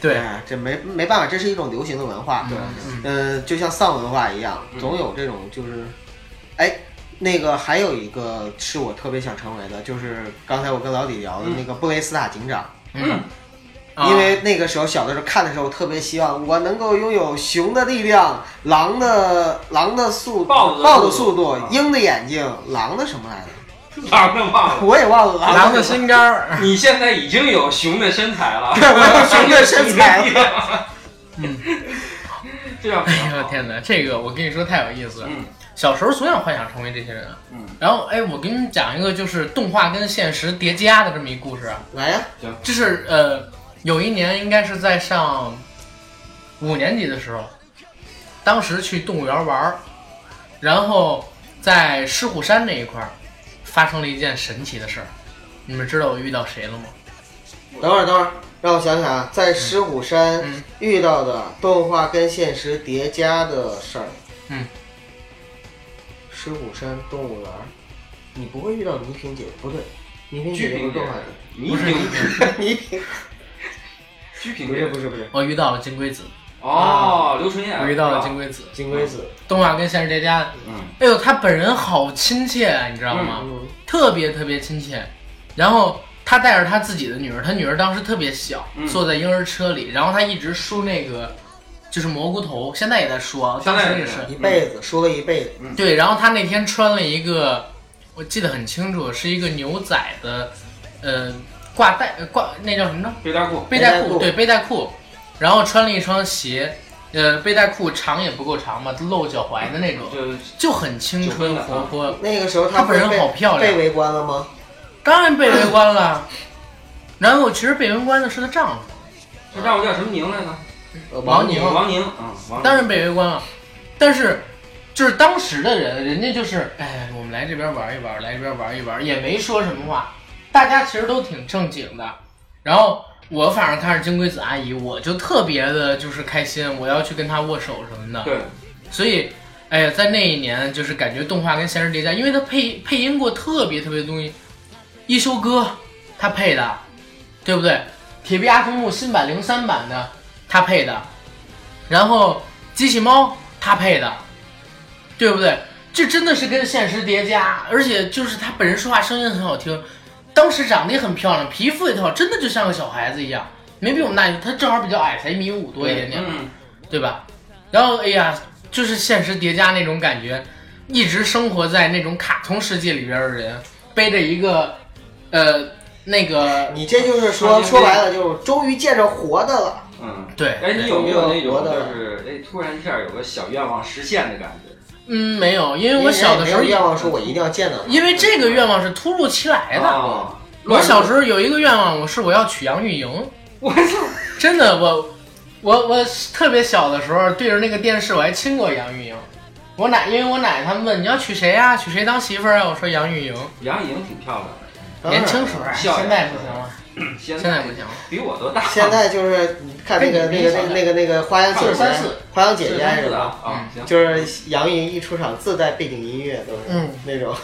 对哎，这没没办法，这是一种流行的文化。对，嗯、就像丧文化一样，嗯总有这种就是，哎，那个还有一个是我特别想成为的，就是刚才我跟老李聊的那个布雷斯塔警长。 嗯，啊因为那个时候小的时候看的时候，特别希望我能够拥有熊的力量、狼的狼的速豹子的速度豹的速度啊、鹰的眼睛、狼的什么来着？狼的忘了。我也忘了啊狼的的什么心肝儿，你现在已经有熊的身材 了，对我有熊的身材了。嗯，这样比较哎呦 好。天哪，这个我跟你说太有意思了。嗯小时候总想幻想成为这些人，嗯，然后哎，我给你们讲一个就是动画跟现实叠加的这么一故事啊，来呀、这是呃有一年应该是在上五年级的时候，当时去动物园玩儿，然后在狮虎山那一块儿发生了一件神奇的事儿，你们知道我遇到谁了吗？等会儿等会儿，让我想想啊，在狮虎山嗯遇到的动画跟现实叠加的事儿。嗯，狮虎山动物园，你不会遇到倪萍姐不对，倪萍姐鞠姐不萍姐是动画，你已经人，倪萍 鞠萍不是不是不是，我遇到了金龟子，哦，刘春燕回到了是吧金龟子，金龟子，动画跟现实叠加。嗯，哎呦，他本人好亲切啊，你知道吗？嗯，特别特别亲切。然后他带着他自己的女儿，他女儿当时特别小，嗯坐在婴儿车里，然后他一直梳那个就是蘑菇头，现在也在梳啊，现在当时也也是是。一辈子说了一辈子，对，然后他那天穿了一个，我记得很清楚，是一个牛仔的，呃，挂带呃挂那叫什么呢？背带裤，背带背带裤，裤对，背带裤，然后穿了一双鞋，呃，背带裤长也不够长嘛，露脚踝的那种，就就很青春就活泼。那个时候呃她她本人被好漂亮被围观了吗？当然被围观了，然后其实被围观的是她丈夫，这让我叫什么宁来着？呃王宁王宁，嗯，王宁当然被围观了，但是。就是当时的人，人家就是，哎，我们来这边玩一玩，来这边玩一玩，也没说什么话，大家其实都挺正经的。然后我反正看着金龟子阿姨，我就特别的就是开心，我要去跟她握手什么的。对，所以，哎呀，在那一年就是感觉动画跟现实叠加，因为他配配音过特别特别多东西，一休哥他配的，对不对？铁臂阿童木新版零三版的他配的，然后机器猫他配的，对不对？这真的是跟现实叠加，而且就是他本人说话声音很好听，当时长得也很漂亮，皮肤也特好，真的就像个小孩子一样，没比我们大，他正好比较矮，才一米五多一点点。嗯，对吧？然后哎呀，就是现实叠加那种感觉，一直生活在那种卡通世界里边的人，背着一个，呃，那个你这就是她说就是说白了，就是终于见着活的了。嗯，对，哎，你有没有那种我就的是哎，突然一下有个小愿望实现的感觉？嗯，没有，因为我小的时候因为没有，愿望说我一定要见到你，因为这个愿望是突如其来的。啊，哎我小时候，候有一个愿望，我是我要娶杨钰莹，我操，真的，我，我我特别小的时候对着那个电视，我还亲过杨钰莹。我奶，因为我奶奶他们问你要娶谁呀、娶谁当媳妇儿啊？我说杨钰莹，杨颖挺漂亮的，当然年轻时候，笑呀现在不行了，现现在不行了。比我都大，啊现在就是你看那个跟那你个们那一样个那个那个花样姐姐，三四花样姐姐是是的吧？嗯啊，行，就是杨钰莹一出场自带背景音乐都是嗯那种，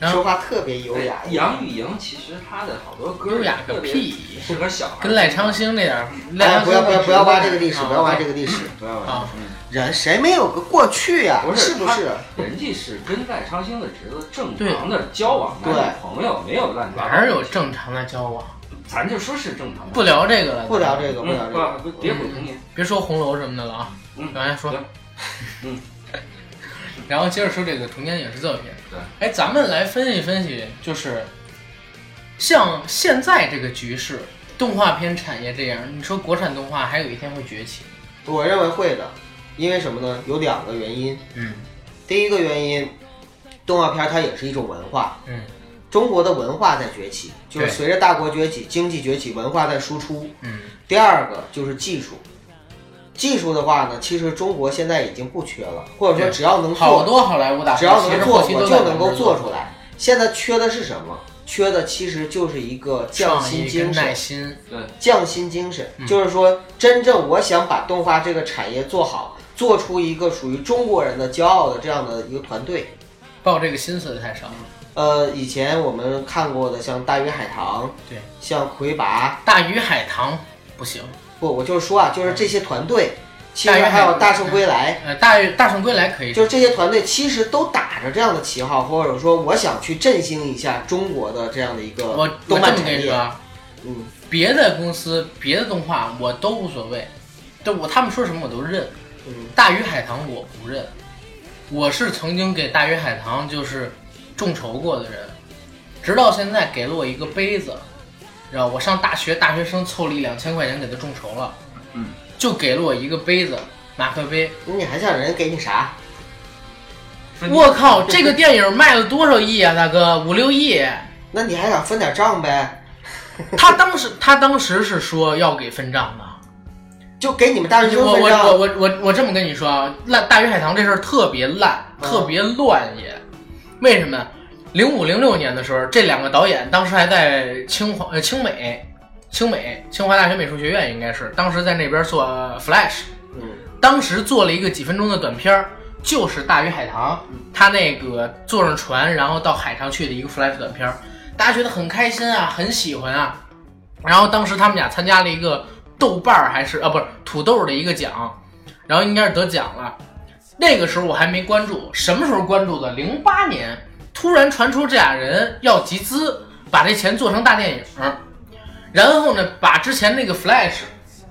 然后说话特别优雅哎。杨钰莹其实她的好多歌优雅个特别屁适合小孩儿听，跟赖昌星那点儿，赖哎，昌星不要不要不要挖这个历史，啊不要挖这个历史。不要玩啊嗯人谁没有个过去呀？不是是不他是？人家是跟赖昌星的侄子正常的交往男对女朋友，没有乱搞。哪儿有？正常的交往？咱就说是正常的。不嗯聊这个了，不聊这个，不聊嗯，这不个。不，别毁童年。别说红楼什么的了啊。嗯往下说行。嗯。 然后接着说这个童年影视作品。对。哎，咱们来分析分析，就是像现在这个局势，动画片产业这样，你说国产动画还有一天会崛起？我认为会的，因为什么呢？有两个原因。嗯第一个原因，动画片它也是一种文化，嗯中国的文化在崛起，就是对随着大国崛起、经济崛起，文化在输出。嗯，第二个就是技术，技术的话呢，其实中国现在已经不缺了，或者说对只要能好做，多好莱坞大片只要其能实做，后期我都就在能够往这做走出来。现在缺的是什么？缺的其实就是一个匠创心意跟精耐神，心。嗯匠心精神，就是说，真正我想把动画这个产业做好，做出一个属于中国人的骄傲的这样的一个团队。抱这个心思的太少了。呃，以前我们看过的像《大鱼海棠》，对，像《魁拔》，大鱼海棠不行，不，我就是说啊，就是这些团队，其实还有《大圣归来呃，大鱼大圣归来可以》，。就是这些团队其实都打着这样的旗号，或者说我想去振兴一下中国的这样的一我个我动这漫么产跟你说业。啊，嗯，别的公司、别的动画我都无所谓，对我他们说什么我都认。嗯大鱼海棠我不认，我是曾经给大鱼海棠就是众筹过的人，直到现在给了我一个杯子，然后我上大学，大学生凑了一两千块钱给他众筹了，嗯，就给了我一个杯子，马克杯。你还想人给你啥？分 我靠，这个电影卖了多少亿啊，大哥，五六亿。那你还想分点账呗？他当时他当时是说要给分账的。就给你们大学生我我分我账。我我我这么跟你说啊，烂大鱼海棠这事儿特别烂，嗯特别乱也。为什么？零五零六年的时候，这两个导演当时还在清华呃清美，清美清华大学美术学院应该是当时在那边做呃 Flash，嗯，当时做了一个几分钟的短片儿，就是《大鱼海棠》，嗯他那个坐上船，然后到海上去的一个 flash 短片儿，大家觉得很开心啊，很喜欢啊。呃然后当时他们俩参加了一个豆瓣儿还是啊不是土豆儿的一个奖，然后应该是得奖了。那个时候我还没关注，什么时候关注的？零八年，突然传出这俩人要集资，把这钱做成大电影，然后呢，把之前那个 Flash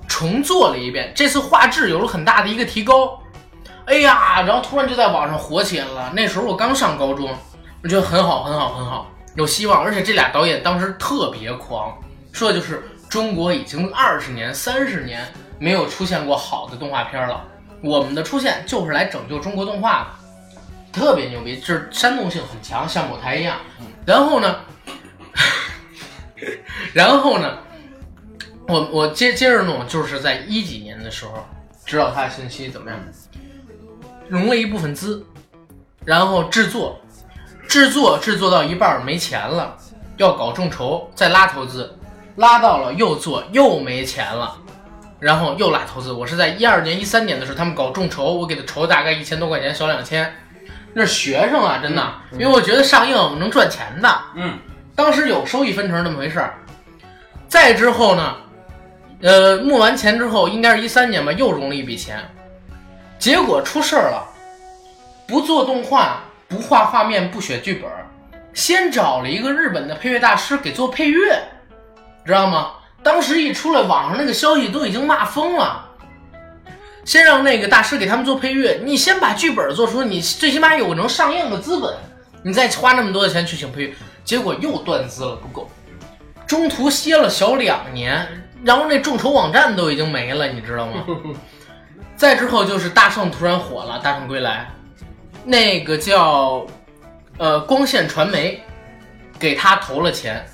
重做了一遍，这次画质有了很大的一个提高。哎呀，然后突然就在网上火起来了。那时候我刚上高中，我觉得很好，很好，很好，有希望。而且这俩导演当时特别狂，说的就是中国已经二十年、三十年没有出现过好的动画片了，我们的出现就是来拯救中国动画的，特别牛逼，就是煽动性很强，像某台一样。然后呢， 然后呢，我我接接着弄，就是在一几年的时候知道他的信息怎么样，融了一部分资，然后制作，制作制作到一半儿没钱了，要搞众筹，再拉投资，拉到了又做又没钱了。然后又拉投资，我是在一二年、一三年的时候，他们搞众筹，我给他筹大概一千多块钱，小两千。那是学生啊，真的，因为我觉得上映我们能赚钱的， 嗯，当时有收益分成这么回事儿。再之后呢，呃，募完钱之后，应该是一三年吧，又融了一笔钱，结果出事儿了，不做动画，不画画面，不写剧本儿，先找了一个日本的配乐大师给做配乐，知道吗？当时一出来，网上那个消息都已经骂疯了。先让那个大师给他们做配乐，你先把剧本做出，你最起码有能上映的资本，你再花那么多的钱去请配乐，结果又断资了，不够。中途歇了小两年，然后那众筹网站都已经没了，你知道吗？再之后就是大圣突然火了，《大圣归来》，那个叫呃光线传媒给他投了钱，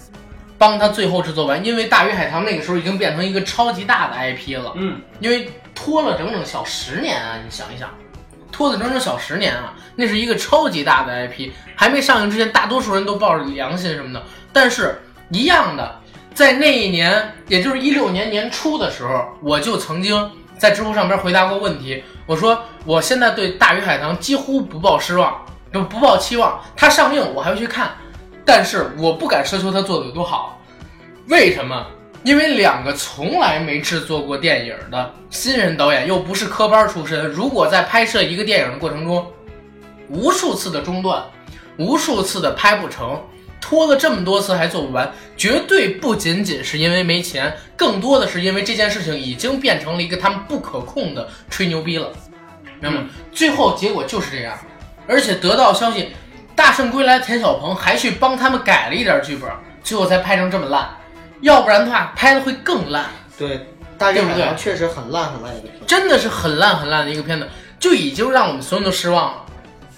帮他最后制作完，因为《大鱼海棠》那个时候已经变成一个超级大的 IP 了。嗯，因为拖了整整小十年啊！你想一想，拖了整整小十年啊，那是一个超级大的 IP，还没上映之前，大多数人都抱着良心什么的。但是一样的，在那一年，也就是一六年年初的时候，我就曾经在知乎上边回答过问题，我说我现在对《大鱼海棠》几乎不抱失望，不不抱期望，它上映我还会去看，但是我不敢奢求它做的有多好，为什么？因为两个从来没制作过电影的新人导演，又不是科班出身，如果在拍摄一个电影的过程中，无数次的中断，无数次的拍不成，拖了这么多次还做不完，绝对不仅仅是因为没钱，更多的是因为这件事情已经变成了一个他们不可控的吹牛逼了，明白吗？最后结果就是这样，而且得到消息，《大圣归来》田晓鹏还去帮他们改了一点剧本，最后才拍成这么烂。要不然的话拍的会更烂，对，大鱼海对不对棠确实很烂很烂一个片。真的是很烂很烂的一个片子，就已经让我们所有人都失望了。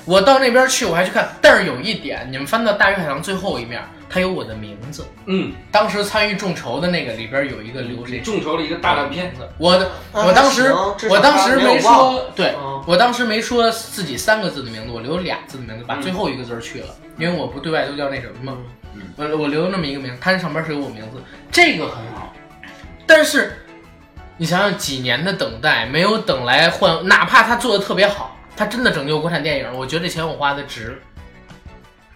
我到那边去我还去看，但是有一点，你们翻到《大鱼海棠》最后一面，它有我的名字。嗯，当时参与众筹的那个里边有一个流水你众筹了一个大烂片子，我的，啊那我当还时行至，少我当他时没有没忘说，对嗯我当时没说自己三个字的名字，我留俩字的名字，把最后一个字儿去了，因为我不对外都叫那什么嘛，我我留那么一个名字，它上边是有我名字，这个很好，但是你想想几年的等待，没有等来换，哪怕他做的特别好，他真的拯救国产电影，我觉得这钱我花的值，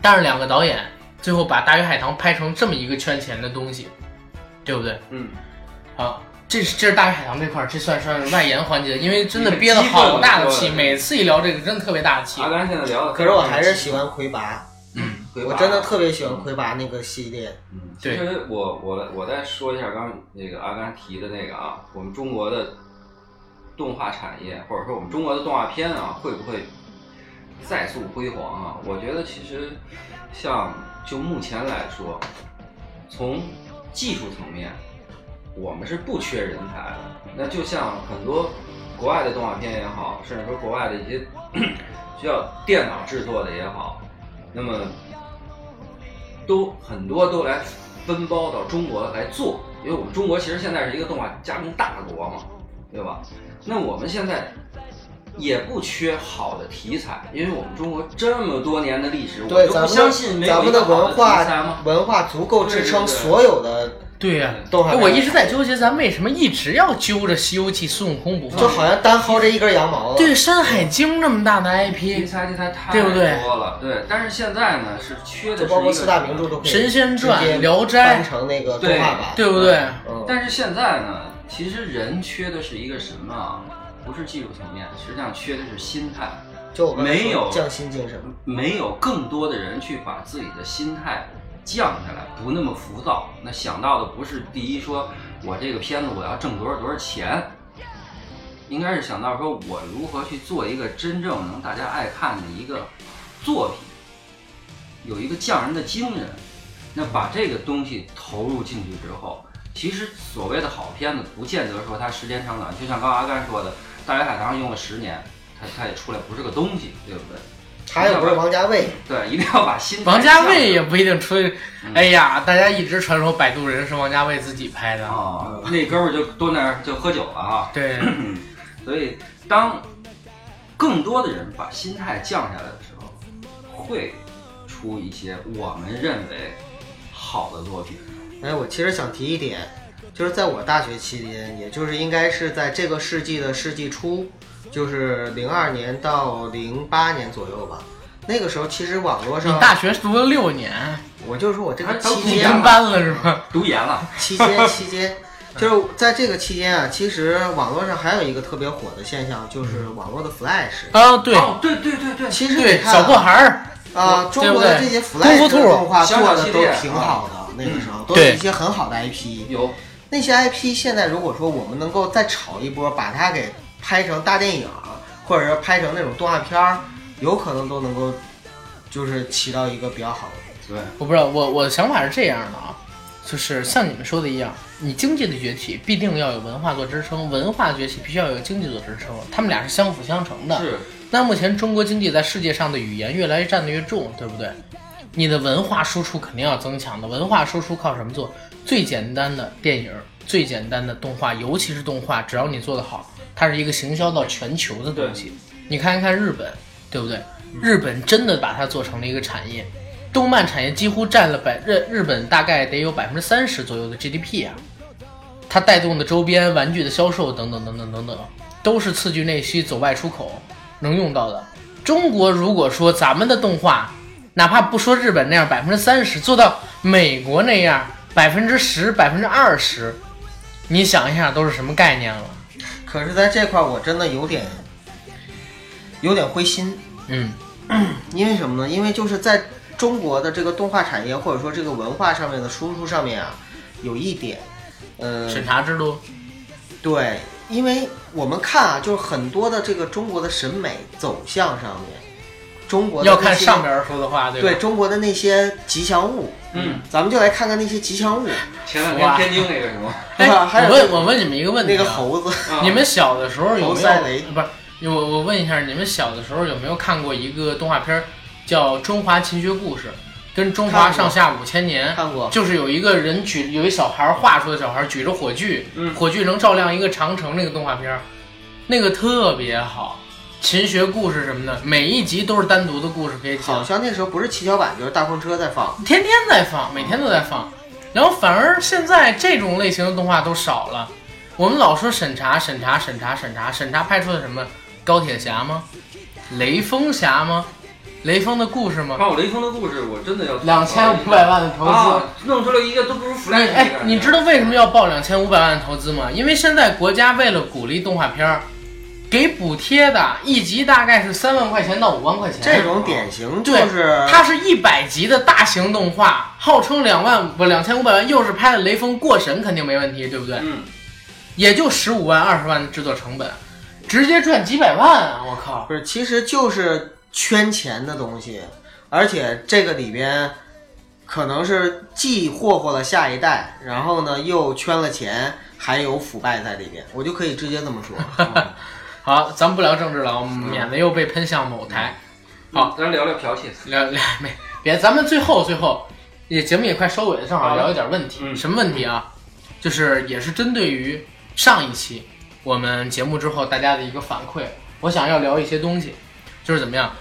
但是两个导演最后把《大鱼海棠》拍成这么一个圈钱的东西，对不对？嗯，啊，这是这是大鱼海棠这块儿，这算是外延环节，因为真的憋了好大的气，每次一聊这个真的特别大的气阿。甘现在聊的，可是我还是喜欢魁拔，回嗯吧，我真的特别喜欢魁拔那个系列。嗯，其对实我我我再说一下刚刚那个阿甘提的那个啊，我们中国的动画产业，或者说我们中国的动画片啊，会不会再塑辉煌啊？我觉得其实像就目前来说，从技术层面，我们是不缺人才的。那就像很多国外的动画片也好，甚至说国外的一些 需要电脑制作的也好，那么都很多都来分包到中国来做，因为我们中国其实现在是一个动画加工大国嘛，对吧？那我们现在也不缺好的题材，因为我们中国这么多年的历史，我对，就不咱相信们没咱有一们个好文的题材吗化？文化足够支撑对对对所有的对呀、动画哎片。我一直在纠结，咱为什么一直要揪着《西游记》孙悟空不就放？好像单薅这一根羊毛了。对，《山海经》这么大的 IP，题材题材太对不对多了，对但是现在呢，是缺的就是包一括个四大名著都可以《神仙传直接》 《聊斋翻成那个动画版。对不对？嗯，但是现在呢，其实人缺的是一个什么啊？不是技术层面，实际上缺的是心态。就我刚才说没有嗯匠心精神嘛，没有更多的人去把自己的心态降下来，不那么浮躁。那想到的不是第一说，我这个片子我要挣多少多少钱，应该是想到说我如何去做一个真正能大家爱看的一个作品，有一个匠人的精神。那把这个东西投入进去之后，其实所谓的好片子，不见得说它时间长短，就像刚阿甘说的，《大鱼海棠》用了十年，它它也出来不是个东西，对不对？他又不是王家卫，对，一定要把心。王家卫也不一定吹嗯，哎呀，大家一直传说《摆渡人》是王家卫自己拍的，啊，那哥们儿就蹲那儿就喝酒了啊。对，所以，当更多的人把心态降下来的时候，会出一些我们认为好的作品。哎，我其实想提一点，就是在我大学期间，也就是应该是在这个世纪的世纪初，就是零二年到零八年左右吧。那个时候，其实网络你上，大学读了六年，我就说我这个他他期不一你间样跟吧，班了是吧？读研 了，期间期间，就是在这个期间啊，其实网络上还有一个特别火的现象，就是网络的 Flash。啊，对哦，对对对对，其实你对，看小破啊孩儿，啊，对中国的这些不对 Flash 功夫的兔动画小做小的系都列挺啊好的，那个时候都嗯对有一些很好的 IP。有那些 IP 现在如果说我们能够再炒一波，把它给拍成大电影，或者是拍成那种动画片儿，有可能都能够就是起到一个比较好的。对，我不知道，我我的想法是这样的啊，就是像你们说的一样，你经济的崛起必定要有文化做支撑，文化崛起必须要有经济做支撑，他们俩是相辅相成的。是那目前中国经济在世界上的语言越来越占得越重，对不对？你的文化输出肯定要增强的。文化输出靠什么做？最简单的电影，最简单的动画，尤其是动画，只要你做得好，它是一个行销到全球的东西。你看一看日本，对不对？日本真的把它做成了一个产业，动漫产业几乎占了百日日本大概得有百分之三十左右的 GDP 啊。它带动的周边、玩具的销售等等等等等等，都是刺激内需、走外出口能用到的。中国如果说咱们的动画，哪怕不说日本那样百分之三十，做到美国那样百分之十、百分之二十，你想一下都是什么概念了？可是，在这块儿我真的有点有点灰心，嗯，因为什么呢？因为就是在中国的这个动画产业或者说这个文化上面的输出上面啊，有一点，呃，审查制度，对，因为我们看啊，就是很多的这个中国的审美走向上面，中国的要那看些上边说的话，对吧？对中国的那些吉祥物，嗯，咱们就来看看那些吉祥物，前两天天津那个什么，哎，啊还有我问我问你们一个问题、那啊，个猴子，啊你们小的时候有猴没赛雷有？不是，我我问一下，你们小的时候有没有看过一个动画片儿叫《中华勤学故事》，跟《中华看过上下五千年》？看过就是有一个人举，有一小孩儿画出的小孩儿举着火炬，嗯火炬能照亮一个长城那个动画片儿，那个特别好。勤学故事什么的，每一集都是单独的故事可以好讲，像那时候不是七巧板就是大风车在放，天天在放，每天都在放。然后反而现在这种类型的动画都少了。我们老说审查、审查、审查、审查、审查，拍出的什么高铁侠吗？雷锋侠吗？雷锋的故事吗？啊看我雷锋的故事，我真的要两千五百万的投资。啊，弄出来一个都不如 Flash 你的哎感，觉你知道为什么要报两千五百万的投资吗？因为现在国家为了鼓励动画片儿，给补贴的一集大概是三万块钱到五万块钱。这种典型就哎对是它是一百集的大型动画，号称两万不两千五百万，又是拍的雷锋过审，肯定没问题，对不对？嗯，也就十五万二十万的制作成本，直接赚几百万啊！我靠！不是，其实就是圈钱的东西，而且这个里边可能是既霍霍了下一代，然后呢又圈了钱，还有腐败在里边，我就可以直接这 么说。嗯好，咱们不聊政治了，免得又被喷向某台。好，咱聊聊剽窃。 聊聊没别，咱们最后最后，也节目也快收尾了，正好聊一点问题。嗯什么问题啊？就是也是针对于上一期我们节目之后大家的一个反馈，我想要聊一些东西，就是怎么样？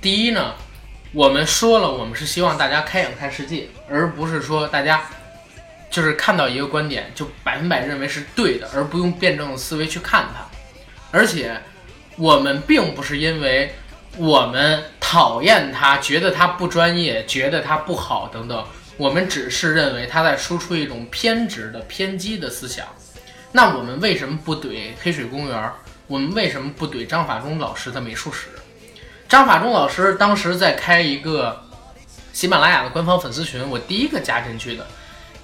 第一呢，我们说了，我们是希望大家开眼看世界，而不是说大家。就是看到一个观点就百分百认为是对的，而不用辩证的思维去看它。而且，我们并不是因为我们讨厌他，觉得他不专业，觉得他不好等等，我们只是认为他在输出一种偏执的、偏激的思想。那我们为什么不怼《黑水公园》？我们为什么不怼张法中老师的美术史？张法中老师当时在开一个喜马拉雅的官方粉丝群，我第一个加进去的，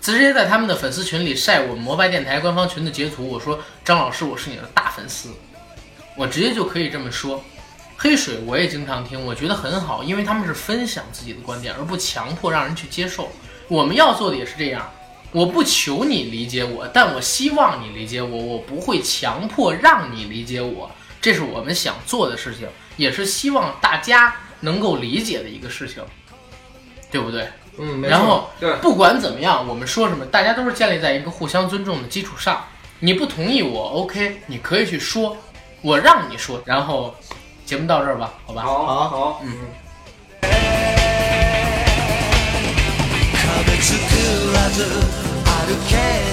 直接在他们的粉丝群里晒我们摩拜电台官方群的截图，我说张老师，我是你的大粉丝，我直接就可以这么说。黑水我也经常听，我觉得很好，因为他们是分享自己的观点，而不强迫让人去接受。我们要做的也是这样，我不求你理解我，但我希望你理解我，我不会强迫让你理解我，这是我们想做的事情，也是希望大家能够理解的一个事情，对不对？嗯，没错然后对不管怎么样，我们说什么，大家都是建立在一个互相尊重的基础上。你不同意我，OK，你可以去说，我让你说。然后节目到这儿吧，好吧？嗯好好好。壁作らず歩け